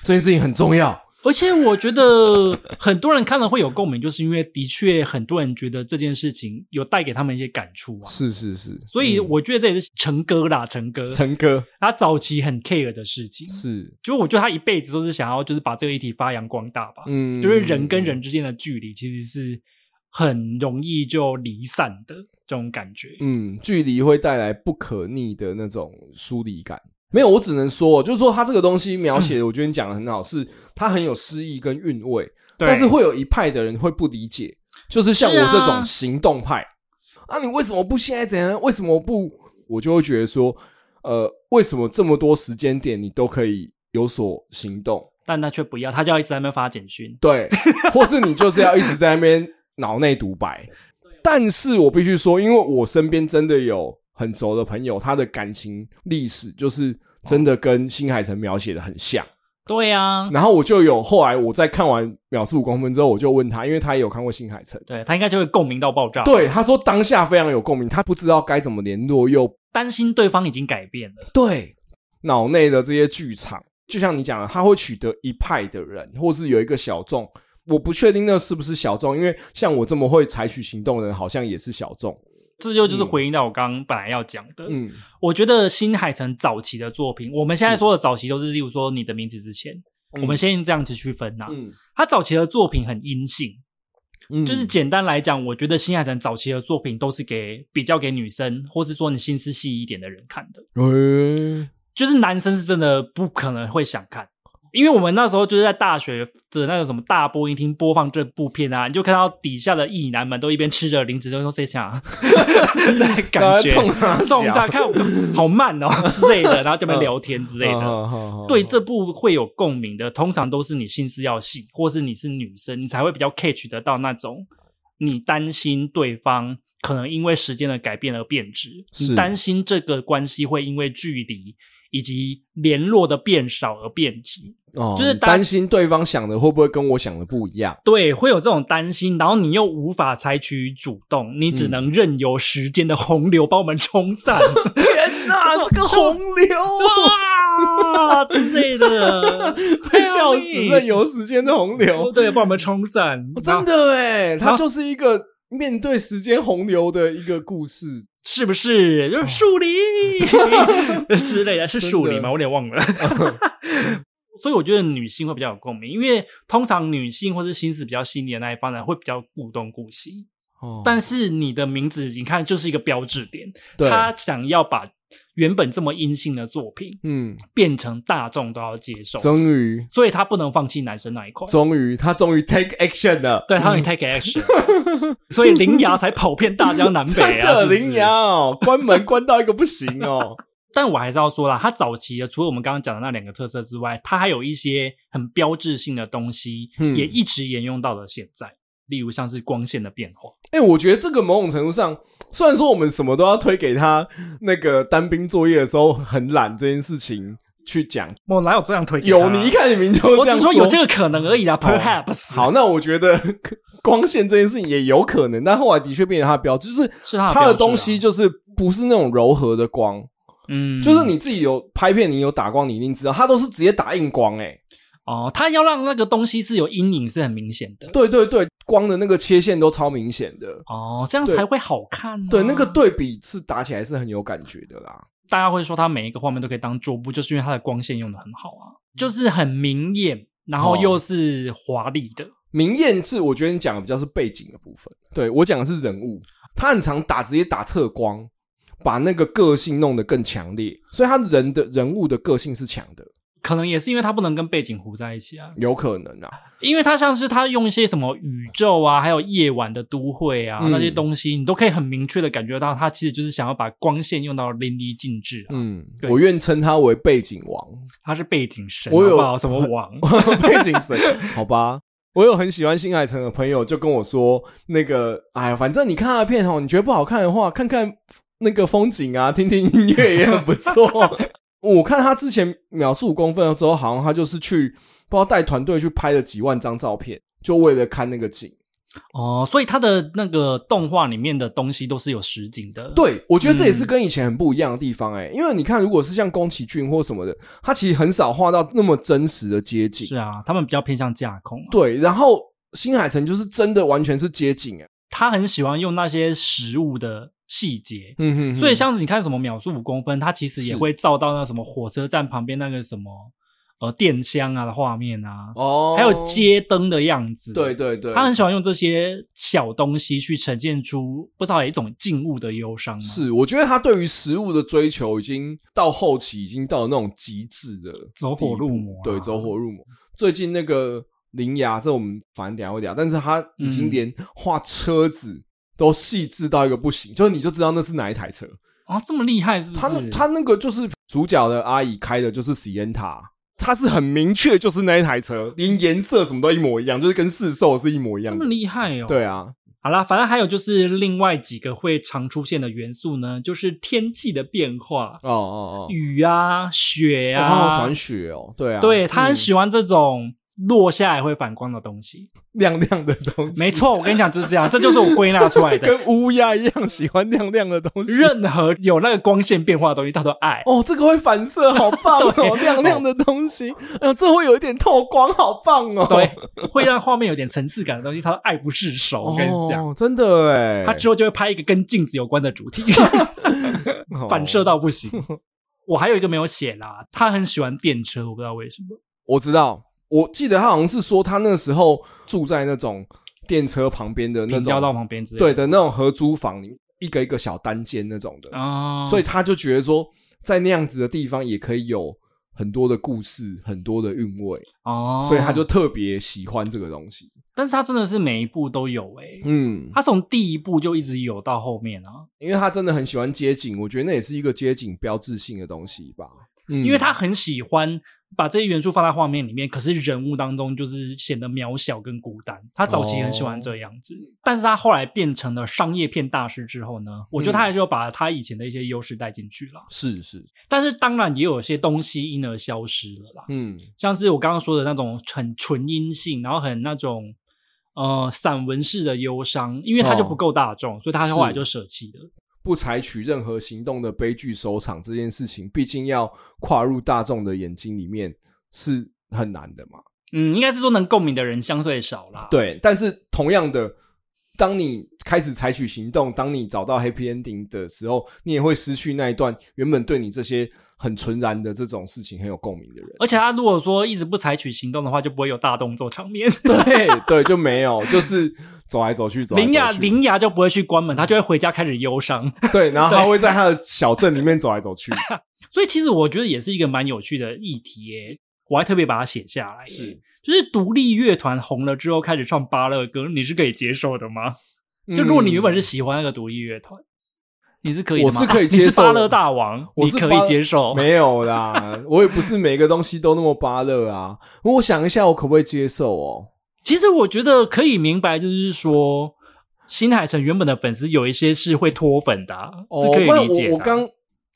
Speaker 2: 这件事情很重要，
Speaker 1: 而且我觉得很多人看了会有共鸣，就是因为的确很多人觉得这件事情有带给他们一些感触啊。
Speaker 2: 是是是，
Speaker 1: 所以
Speaker 2: 嗯
Speaker 1: 我觉得这也是陈哥啦，陈哥，
Speaker 2: 陈哥
Speaker 1: 他早期很 care 的事情，
Speaker 2: 是
Speaker 1: 就我觉得他一辈子都是想要就是把这个议题发扬光大吧。
Speaker 2: 嗯，
Speaker 1: 就是人跟人之间的距离其实是很容易就离散的这种感觉。
Speaker 2: 嗯，距离会带来不可逆的那种疏离感。没有，我只能说，哦就是说他这个东西描 写的，我觉得你讲的很好，是它很有诗意跟韵味，
Speaker 1: 对
Speaker 2: 但是会有一派的人会不理解，就是像我
Speaker 1: 是啊
Speaker 2: 这种行动派啊你为什么不现在怎样？为什么不？我就会觉得说，呃，为什么这么多时间点你都可以有所行动？
Speaker 1: 但他却不要，他就要一直在那边发简讯。
Speaker 2: 对， 或是你就是要一直在那边脑内独白。但是我必须说，因为我身边真的有很熟的朋友，他的感情历史就是真的跟新海诚描写的很像。
Speaker 1: 对啊，
Speaker 2: 然后我就有后来我在看完《秒速五公分》之后，我就问他，因为他也有看过新海诚，
Speaker 1: 对他应该就会共鸣到爆炸。，
Speaker 2: 对他说当下非常有共鸣，他不知道该怎么联络，又
Speaker 1: 担心对方已经改变了。
Speaker 2: 对脑内的这些剧场，就像你讲的，他会取得一派的人，或是有一个小众。我不确定那是不是小众，因为像我这么会采取行动的人，好像也是小众。
Speaker 1: 这就就是回应到我刚刚本来要讲的。
Speaker 2: 嗯，
Speaker 1: 我觉得新海诚早期的作品，我们现在说的早期都是，例如说你的名字之前，我们先这样子区分呐、啊
Speaker 2: 嗯
Speaker 1: 他早期的作品很阴性，
Speaker 2: 嗯
Speaker 1: 就是简单来讲，我觉得新海诚早期的作品都是给比较给女生，或是说你心思细一点的人看的。
Speaker 2: 嗯诶
Speaker 1: 就是男生是真的不可能会想看，因为我们那时候就是在大学的那个什么大播音厅播放这部片啊，你就看到底下的异男们都一边吃着零食，就说谁想 啊，感觉
Speaker 2: 冲 他笑
Speaker 1: 中他看好慢哦之类的，然后就边聊天之类
Speaker 2: 嗯
Speaker 1: 的。
Speaker 2: 好好好
Speaker 1: 对这部会有共鸣的，通常都是你心思要细，或是你是女生，你才会比较 catch 得到那种你担心对方可能因为时间的改变而变质，
Speaker 2: 是
Speaker 1: 你担心这个关系会因为距离以及联络的变少而变质。
Speaker 2: 哦
Speaker 1: 就是
Speaker 2: 你
Speaker 1: 大家
Speaker 2: 担心对方想的会不会跟我想的不一 样。
Speaker 1: 对，会有这种担心，然后你又无法采取主动，你
Speaker 2: 嗯
Speaker 1: 只能任由时间的洪流把我们冲 散。
Speaker 2: 天哪，这个 洪流
Speaker 1: 哇之类的，啊
Speaker 2: 快笑死了！有时间的洪流，
Speaker 1: 对，把我们冲散，
Speaker 2: 哦真的哎，它就是一个面对时间洪流的一个故事。
Speaker 1: 是不是？就是树 林 之类的，是树林
Speaker 2: 哦真
Speaker 1: 吗？
Speaker 2: 的
Speaker 1: 我有点 忘了。所以我觉得女性会比较有共鸣，因为通常女性或是心思比较细腻的那一方呢，会比较顾东顾西。
Speaker 2: 哦
Speaker 1: 但是你的名字，你看就是一个标志点，
Speaker 2: 对，
Speaker 1: 他想要把原本这么阴性的作品
Speaker 2: 嗯，
Speaker 1: 变成大众都要接受，
Speaker 2: 终于，
Speaker 1: 所以他不能放弃男生那一块。
Speaker 2: 终于，他终于 take action 了。
Speaker 1: 对，他会 take action，、所以林芽才跑遍大江南北
Speaker 2: 真
Speaker 1: 啊！
Speaker 2: 的
Speaker 1: 是不是
Speaker 2: 羚羊哦，关门关到一个不行 哦。
Speaker 1: 但我还是要说啦，它早期的除了我们刚刚讲的那两个特色之外，它还有一些很标志性的东西，
Speaker 2: 嗯
Speaker 1: 也一直沿用到了现在。例如像是光线的变化，
Speaker 2: 哎、我觉得这个某种程度上，虽然说我们什么都要推给他那个单兵作业的时候很懒这件事情去讲，
Speaker 1: 我哪有这样推给他啊
Speaker 2: 有你一看你明就
Speaker 1: 我
Speaker 2: 这样哎
Speaker 1: 只说有这个可能而 已啦，perhaps
Speaker 2: 好，那我觉得光线这件事情也有可能，但后来的确变成他的标 志，就是
Speaker 1: 它的
Speaker 2: 他
Speaker 1: 标
Speaker 2: 的
Speaker 1: 志啊
Speaker 2: 东西就是不是那种柔和的光，
Speaker 1: 嗯，
Speaker 2: 就是你自己有拍片，你有打光，你一定知道，他都是直接打硬光、欸，哎，
Speaker 1: 哦，它要让那个东西是有阴影，是很明显的
Speaker 2: 对对对，光的那个切线都超明显的，
Speaker 1: 哦，这样
Speaker 2: 对
Speaker 1: 才会好看啊、
Speaker 2: 对，那个对比是打起来是很有感觉的啦。
Speaker 1: 大家会说它每一个画面都可以当桌布，就是因为它的光线用的很好啊，就是很明艳，然后
Speaker 2: 嗯哦
Speaker 1: 又是华丽的。
Speaker 2: 明艳是我觉得你讲的比较是背景的部分，对我讲的是人物，他很常打直接打侧光，把那个个性弄得更强烈，所以他人的人物的个性是强的，
Speaker 1: 可能也是因为它不能跟背景糊在一起啊，
Speaker 2: 有可能啊。
Speaker 1: 因为它像是它用一些什么宇宙啊，还有夜晚的都会啊、
Speaker 2: 嗯
Speaker 1: 那些东西，你都可以很明确的感觉到，它其实就是想要把光线用到淋漓尽致、啊。
Speaker 2: 嗯，
Speaker 1: 对
Speaker 2: 我愿称他为背景王，
Speaker 1: 它是背景神，
Speaker 2: 我有
Speaker 1: 好不好什么王？
Speaker 2: 背景神，好吧。我有很喜欢新海诚的朋友就跟我说，那个，哎呀，反正你看他的片哦，你觉得不好看的话，看看那个风景啊，听听音乐也很不错。 我看他之前秒速五公分的时候，好像他就是去不知道带团队去拍了几万张照片，就为了看那个景。
Speaker 1: 哦，所以它的那个动画里面的东西都是有实景的。，
Speaker 2: 对，我觉得这也是跟以前很不一样的地方哎、因为你看，如果是像宫崎骏或什么的，他其实很少画到那么真实的街景。
Speaker 1: 是啊，他们比较偏向架空、啊。
Speaker 2: 对，然后新海诚就是真的完全是街景哎、
Speaker 1: 他很喜欢用那些食物的细节。
Speaker 2: 嗯哼哼
Speaker 1: 所以像是你看什么秒速五公分，它其实也
Speaker 2: 是
Speaker 1: 会照到那什么火车站旁边那个什么呃电箱啊的画面啊，
Speaker 2: 哦，
Speaker 1: 还有，街灯的样子。
Speaker 2: 对对对，
Speaker 1: 他很喜欢用这些小东西去呈现出不知道有一种静物的忧伤吗？，
Speaker 2: 是，我觉得他对于食物的追求已经到后期，已经到了那种极致的
Speaker 1: 走火入魔啊
Speaker 2: 地步对，走火入魔。最近那个铃芽，这我们反正等一下会聊，但是他已经
Speaker 1: 嗯
Speaker 2: 连画车子都细致到一个不行，就是你就知道那是哪一台车。
Speaker 1: 啊，这么厉害是不是？
Speaker 2: 他那他那个就是主角的阿姨开的就是 Sienta，他是很明确就是那一台车，连颜色什么都一模一样，就是跟市售是一模一
Speaker 1: 这
Speaker 2: 样
Speaker 1: 么
Speaker 2: 的。
Speaker 1: 厉害哦。，
Speaker 2: 对啊，
Speaker 1: 好啦，反正还有就是另外几个会常出现的元素呢，就是天气的变化，
Speaker 2: 哦哦哦，
Speaker 1: 雨啊、雪
Speaker 2: 哦他好喜
Speaker 1: 啊，
Speaker 2: 欢雪哦，对啊，
Speaker 1: 对他很
Speaker 2: 嗯
Speaker 1: 喜欢这种落下来会反光的东西。
Speaker 2: 亮亮的东西，
Speaker 1: 没错，我跟你讲就是这样，这就是我归纳出来的。
Speaker 2: 跟乌鸦一样喜欢亮亮的东西。
Speaker 1: 任何有那个光线变化的东西，他都爱。
Speaker 2: 哦，这个会反射，好棒哦！
Speaker 1: 对
Speaker 2: 亮亮的东西，哎呦，这会有一点透光，好棒哦！
Speaker 1: 对， 会让画面有点层次感的东西，他都爱不释手。
Speaker 2: 哦，
Speaker 1: 我跟你讲，
Speaker 2: 真的哎，
Speaker 1: 他之后就会拍一个跟镜子有关的 主题，
Speaker 2: 哦
Speaker 1: 反射。到不行。我还有一个没有写啦，他很喜欢电车，我不知道为什么。
Speaker 2: 我知道，我记得他好像是说他那时候住在那种电车旁边的那
Speaker 1: 平交道
Speaker 2: 种，
Speaker 1: 旁边之类
Speaker 2: 对
Speaker 1: 的。
Speaker 2: 的那种合租房里，一个一个小单间那种的，
Speaker 1: 啊，
Speaker 2: 所以他就觉得说，在那样子的地方也可以有很多的故事，很多的韵味，
Speaker 1: 哦，
Speaker 2: 所以他就，特别喜欢这个东西。
Speaker 1: 但是他真的是每一步都有诶、
Speaker 2: 嗯，
Speaker 1: 他从第一步就一直有到后面啊，
Speaker 2: 因为他真的很喜欢街景，我觉得那也是一个街景标志性的东西吧。嗯，
Speaker 1: 因为他很喜欢把这些元素放在画面里面，可是人物当中就是显得渺小跟孤单。他早期很喜欢
Speaker 2: 哦
Speaker 1: 这样子，但是他后来变成了商业片大师之后呢，我觉得
Speaker 2: 嗯
Speaker 1: 他还是有把他以前的一些优势带进去了，
Speaker 2: 是是，
Speaker 1: 但是当然也有些东西因而消失了啦，
Speaker 2: 嗯
Speaker 1: 像是我刚刚说的那种很纯阴性，然后很那种。呃，散文式的忧伤，因为他就
Speaker 2: 哦
Speaker 1: 不够大众，所以他后来就舍弃了。
Speaker 2: 不采取任何行动的悲剧收场这件事情，毕竟要跨入大众的眼睛里面是很难的嘛。
Speaker 1: 嗯，应该是说能共鸣的人相对少啦。
Speaker 2: 对，但是同样的，当你开始采取行动，当你找到 happy ending 的时候，你也会失去那一段原本对你这些很纯然的这种事情很有共鸣的人。
Speaker 1: 而且他如果说一直不采取行动的话，就不会有大动作场面。
Speaker 2: 对对，就没有，就是走来走去，走来
Speaker 1: 林雅
Speaker 2: 走去，
Speaker 1: 林雅就不会去关门，她就会回家开始忧 伤。
Speaker 2: 对，然后他会在他的小镇里面走来走去。
Speaker 1: 所以其实我觉得也是一个蛮有趣的议题耶，我还特别把它写下来耶。
Speaker 2: 是
Speaker 1: 就是独立乐团红了之后开始唱芭乐歌，你是可以接受的吗？ 就如果你原本是喜欢那个独立乐团，你是可以的吗，
Speaker 2: 嗯我是可
Speaker 1: 啊
Speaker 2: 以
Speaker 1: 你
Speaker 2: 接
Speaker 1: 是
Speaker 2: 受
Speaker 1: 芭
Speaker 2: 的
Speaker 1: 乐大王，
Speaker 2: 我
Speaker 1: 你
Speaker 2: 是
Speaker 1: 可
Speaker 2: 芭
Speaker 1: 以接受。
Speaker 2: 没有啦，我也不是每个东西都那么巴乐啊。我想一下，我可不可以接受哦？
Speaker 1: 其实我觉得可以明白，就是说新海诚原本的粉丝有一些是会脱粉的啊、是
Speaker 2: 哦
Speaker 1: 可以
Speaker 2: 不然
Speaker 1: 理解的啊
Speaker 2: 我我刚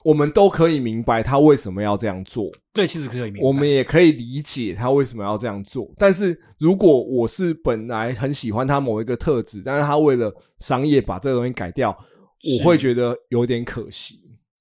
Speaker 2: 我们都可以明白他为什么要这样做，
Speaker 1: 对，其实可以明白。
Speaker 2: 我们也可以理解他为什么要这样做。但是如果我是本来很喜欢他某一个特质，但是他为了商业把这个东西改掉，
Speaker 1: 是
Speaker 2: 我会觉得有点可惜。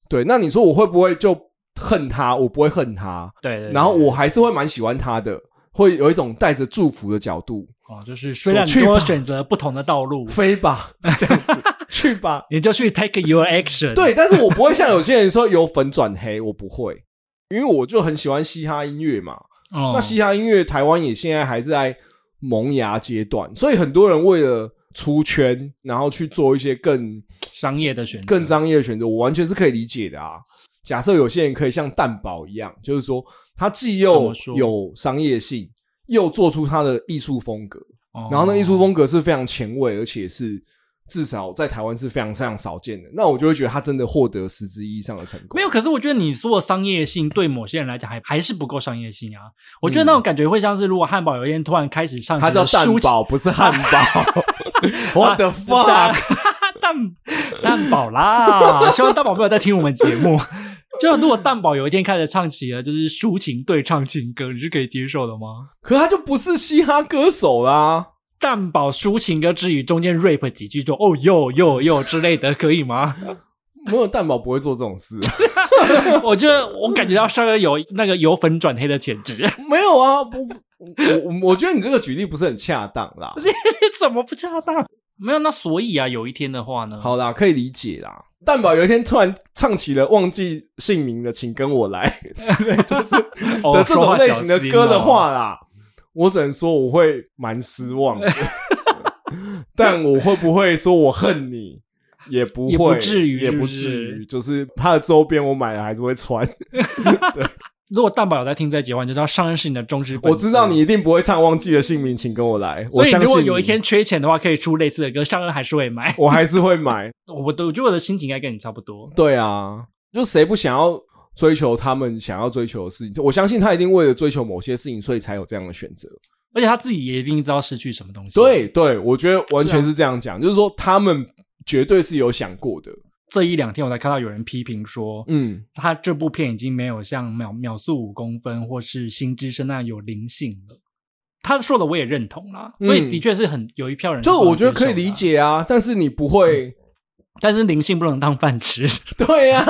Speaker 2: 对，那你说我会不会就恨他？我不会恨他，
Speaker 1: 对对对
Speaker 2: 然后我还是会蛮喜欢他的，会有一种带着祝福的 角度。
Speaker 1: 哦，就是虽然你
Speaker 2: 去吧
Speaker 1: 多选择不同的道路，
Speaker 2: 飞吧，这样子去吧。
Speaker 1: 你就去 take your action。
Speaker 2: 对，但是我不会像有些人说由粉转黑，我不会，因为我就很喜欢嘻哈音乐嘛。
Speaker 1: 哦，
Speaker 2: 那嘻哈音乐台湾也现在还在萌芽阶段，所以很多人为了出圈，然后去做一些
Speaker 1: 嗯
Speaker 2: 更
Speaker 1: 商业的选择
Speaker 2: 更商业的选择，我完全是可以理解的啊。假设有些人可以像蛋堡一样，就是说他既
Speaker 1: 怎
Speaker 2: 又
Speaker 1: 么说
Speaker 2: 有商业性，又做出他的艺术风格，
Speaker 1: 哦
Speaker 2: 然后那艺术风格是非常前卫，而且是至少在台湾是非常非常少见的。那我就会觉得他真的获得实质意义上的成功。
Speaker 1: 没有，可是我觉得你说的商业性对某些人来讲还还是不够商业性啊。我觉得那种感觉会像是，如果汉堡有一天突然开始上
Speaker 2: 他嗯叫蛋
Speaker 1: 书
Speaker 2: 堡，不是 汉堡。What
Speaker 1: 啊
Speaker 2: the fuck？
Speaker 1: 蛋蛋堡啦，希望蛋堡没有在听我们节目。就如果蛋堡有一天开始唱起了就是抒情对唱情歌，你是可以接受的吗？
Speaker 2: 可他就不是嘻哈歌 手啦。
Speaker 1: 蛋堡抒情歌之余，中间 rap 几句就哦哟哟哟之类的，可以吗？
Speaker 2: 没有蛋堡不会做这种事，
Speaker 1: 我觉得我感觉到稍微有那个由粉转黑的潜质，
Speaker 2: 没有啊。不我我我觉得你这个举例不是很恰当啦。
Speaker 1: 怎么不恰当？没有，那所以啊，有一天的话呢，
Speaker 2: 好啦，可以理解啦。蛋堡有一天突然唱起了忘记姓名的，请跟我来 之类，就是
Speaker 1: 哦
Speaker 2: 的这种类型的歌的，
Speaker 1: 说话小心哦
Speaker 2: 话啦，我只能说我会蛮失 望的。但我会不会说我恨你？也不会，
Speaker 1: 也不至于
Speaker 2: 也
Speaker 1: 是不
Speaker 2: 不
Speaker 1: 是
Speaker 2: 至于。就是它的周边我买了还是会穿。
Speaker 1: 如果蛋堡有在听这一节话，你就知道上任是你的忠实粉丝。
Speaker 2: 我知道你。一定不会唱《忘记的姓名，请跟我来》。
Speaker 1: 所以，
Speaker 2: 我相
Speaker 1: 如果
Speaker 2: 信你
Speaker 1: 有一，天缺钱的话，可以出类似的歌，上任还是会买。
Speaker 2: 我还是会买。
Speaker 1: 我的，我觉得我的心情应该跟你差不多。
Speaker 2: 对啊，就谁不想要追求他们想要追求的事情？我相信他一定为了追求某些事情，所以才有这样的选择。
Speaker 1: 而且他自己也一定知道失去什么东西。，
Speaker 2: 对对，我觉得完全是这样讲，就是说他们绝对是有想过的。
Speaker 1: 这一两天我才看到有人批评说，
Speaker 2: 嗯，
Speaker 1: 他这部片已经没有像秒秒速五公分或是新之声那样有灵性了。他说的我也认同啦，
Speaker 2: 嗯
Speaker 1: 所以的确是很有一票人
Speaker 2: 就我觉得
Speaker 1: 不能
Speaker 2: 可
Speaker 1: 接受
Speaker 2: 以理
Speaker 1: 啦，
Speaker 2: 解啊，但是你不会，
Speaker 1: 但是灵性不能当饭吃。
Speaker 2: 对啊，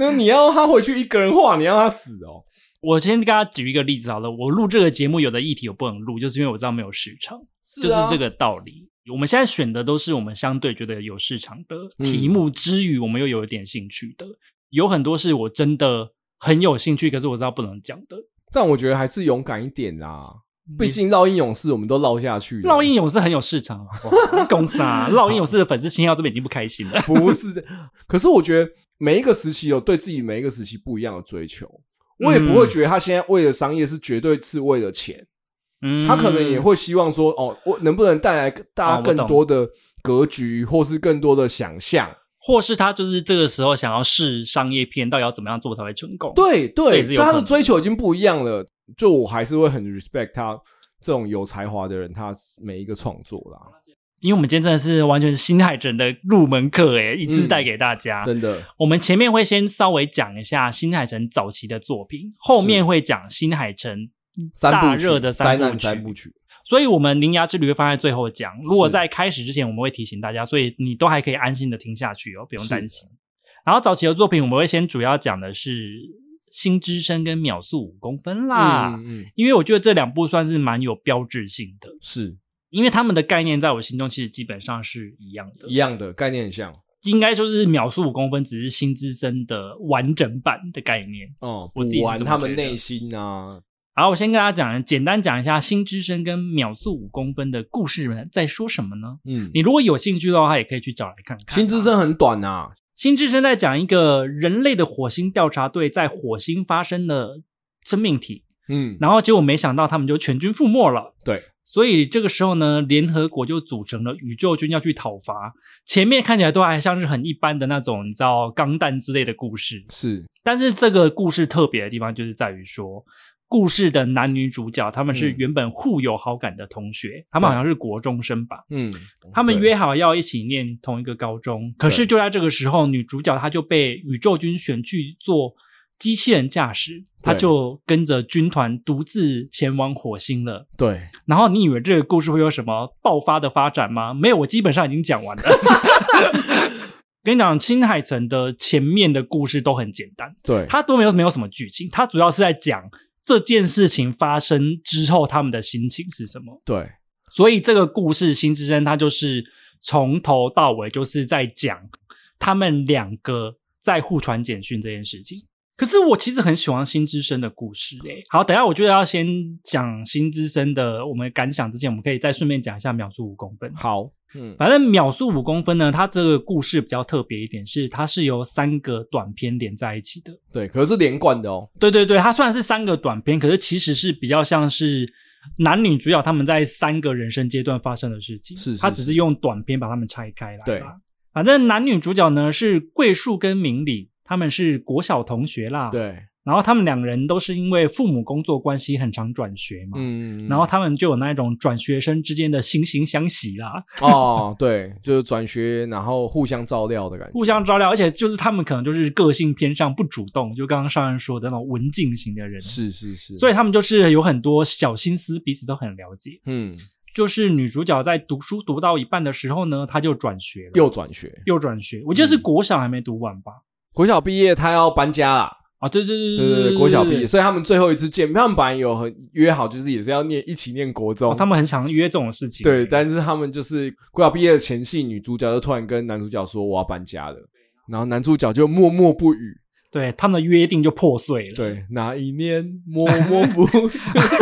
Speaker 2: 那你要他回去一个人画，你让他死哦。
Speaker 1: 我先跟大家举一个例子好了，我录这个节目有的议题我不能录，就是因为我知道没有市场，就是
Speaker 2: 啊
Speaker 1: 这个道理。我们现在选的都是我们相对觉得有市场的题
Speaker 2: 嗯
Speaker 1: 目之余，我们又有一点兴趣的，有很多是我
Speaker 2: 啊
Speaker 1: 真的很有兴趣，可是我知道不能讲的。
Speaker 2: 但我觉得还是勇敢一点啦。毕竟烙印勇士我们都烙下去了，
Speaker 1: 烙印勇士很有市 场，啊哇公杀烙印勇士的粉丝听到这边已经不开心了。
Speaker 2: 不是这。可是我觉得每一个时期有对自己每一个时期不一样的追求，我也不会觉得他现在为了商业是绝对是为了钱，
Speaker 1: 嗯，
Speaker 2: 他可能也会希望说，哦，我能不能带来
Speaker 1: 哦
Speaker 2: 大家
Speaker 1: 我懂
Speaker 2: 更多的格局，或是更多的想象。
Speaker 1: 或是他就是这个时候想要试商业片，到底要怎么样做才会成功？，
Speaker 2: 对对
Speaker 1: 也，是
Speaker 2: 就
Speaker 1: 有可
Speaker 2: 他
Speaker 1: 能
Speaker 2: 的追求已经不一样了。就我还是会很 respect 他这种有才华的人，他每一个创作啦，
Speaker 1: 因为我们今天真的是完全是新海诚的入门课诶，
Speaker 2: 嗯
Speaker 1: 一次带给大家。
Speaker 2: 真的。
Speaker 1: 我们前面会先稍微讲一下新海诚早期的作品，后面会讲新海诚
Speaker 2: 三
Speaker 1: 大
Speaker 2: 部曲
Speaker 1: 热的
Speaker 2: 灾
Speaker 1: 三部
Speaker 2: 难
Speaker 1: 曲。
Speaker 2: 三部曲，
Speaker 1: 所以，我们铃芽之旅会放在最后讲。如果
Speaker 2: 是
Speaker 1: 在开始之前，我们会提醒大家，所以你都还可以安心的听下去哦，不用担心。然后早期的作品，我们会先主要讲的是《新之声》跟《秒速五公分》啦，
Speaker 2: 嗯嗯，
Speaker 1: 因为我觉得这两部算是蛮有标志性的，
Speaker 2: 是
Speaker 1: 因为他们的概念在我心中其实基本上是一样的
Speaker 2: 一，样的概念很像
Speaker 1: 应该就是《秒速五公分》只是《新之声》的完整版的概念。
Speaker 2: 哦，补
Speaker 1: 我自己是
Speaker 2: 完
Speaker 1: 这么
Speaker 2: 他们
Speaker 1: 觉得
Speaker 2: 内心啊，
Speaker 1: 好，我先跟大家讲，简单讲一下《新之声》跟《秒速五公分》的故事们在说什么呢？
Speaker 2: 嗯
Speaker 1: 你，如果有兴趣的话，也可以去找来看看。
Speaker 2: 新之声很短啊，
Speaker 1: 新之声在讲一个人类的火星调查队在火星发生了生命体，
Speaker 2: 嗯，
Speaker 1: 然后结果没想到他们就全军覆没了。
Speaker 2: 对，
Speaker 1: 所以这个时候呢，联合国就组成了宇宙军要去讨伐。前面看起来都还像是很一般的那种，你知道钢弹之类的故事，
Speaker 2: 是
Speaker 1: 但是这个故事特别的地方就是在于说，故事的男女主角他们是
Speaker 2: 嗯
Speaker 1: 原本互有好感的同学，他们好像是国中生吧。
Speaker 2: 嗯，
Speaker 1: 他们
Speaker 2: 对
Speaker 1: 约好要一起念同一个高中，可是就在这个时候，女主角她就被宇宙军选去做机器人驾驶，她就跟着军团独自前往火星了。
Speaker 2: 对，
Speaker 1: 然后你以为这个故事会有什么爆发的发展吗？没有，我基本上已经讲完 了。跟你讲，新海诚的前面的故事都很简单，
Speaker 2: 对，
Speaker 1: 它都没有没有什么剧情，它主要是在讲这件事情发生之后他们的心情是什么。
Speaker 2: 对，
Speaker 1: 所以这个故事《新之声》它就是从头到尾就是在讲他们两个在互传简讯这件事情。可是我其实很喜欢《新之声》的故事诶、好，等一下我觉得要先讲《新之声》的我们感想之前，我们可以再顺便讲一下《秒速五公分》。
Speaker 2: 好，嗯，
Speaker 1: 反正《秒速五公分》呢，它这个故事比较特别一点，是它是由三个短片连在一起的。
Speaker 2: 对，可是连贯的哦，
Speaker 1: 对对对，它虽然是三个短片，可是其实是比较像是男女主角他们在三个人生阶段发生的事情。
Speaker 2: 是是
Speaker 1: 他只是用短片把他们拆开来啦。
Speaker 2: 对
Speaker 1: 反正男女主角呢是桂树跟明里，他们是国小同学啦。，
Speaker 2: 对，
Speaker 1: 然后他们两人都是因为父母工作关系，很常转学嘛。
Speaker 2: 嗯，
Speaker 1: 然后他们就有那一种转学生之间的惺惺相惜啦，
Speaker 2: 哦，对，就是转学，然后互相照料的感觉，
Speaker 1: 互相照料，而且就是他们可能就是个性偏向不主动，就刚刚上任说的那种文静型的人，
Speaker 2: 是是是，
Speaker 1: 所
Speaker 2: 以
Speaker 1: 以他们就是有很多小心思，彼此都很了解。
Speaker 2: 嗯，
Speaker 1: 就是女主角在读书读到一半的时候呢，她就转学了，
Speaker 2: 又转学，
Speaker 1: 又转学，我记得是国小还没读完吧？
Speaker 2: 国小毕业他要搬家啦，
Speaker 1: 啊，对对对
Speaker 2: 对
Speaker 1: 对
Speaker 2: 对对，国小毕业，所以他们最后一次见面，他们本来有很约好，就是也是要念一起念国
Speaker 1: 哦
Speaker 2: 中，
Speaker 1: 他们很常约这种事情。
Speaker 2: 对，但是他们就是国小毕业的前夕，女主角就突然跟男主角说我要搬家了，然后男主角就默默不语，
Speaker 1: 对他们的约定就破碎了。，
Speaker 2: 对，哪一年默默不，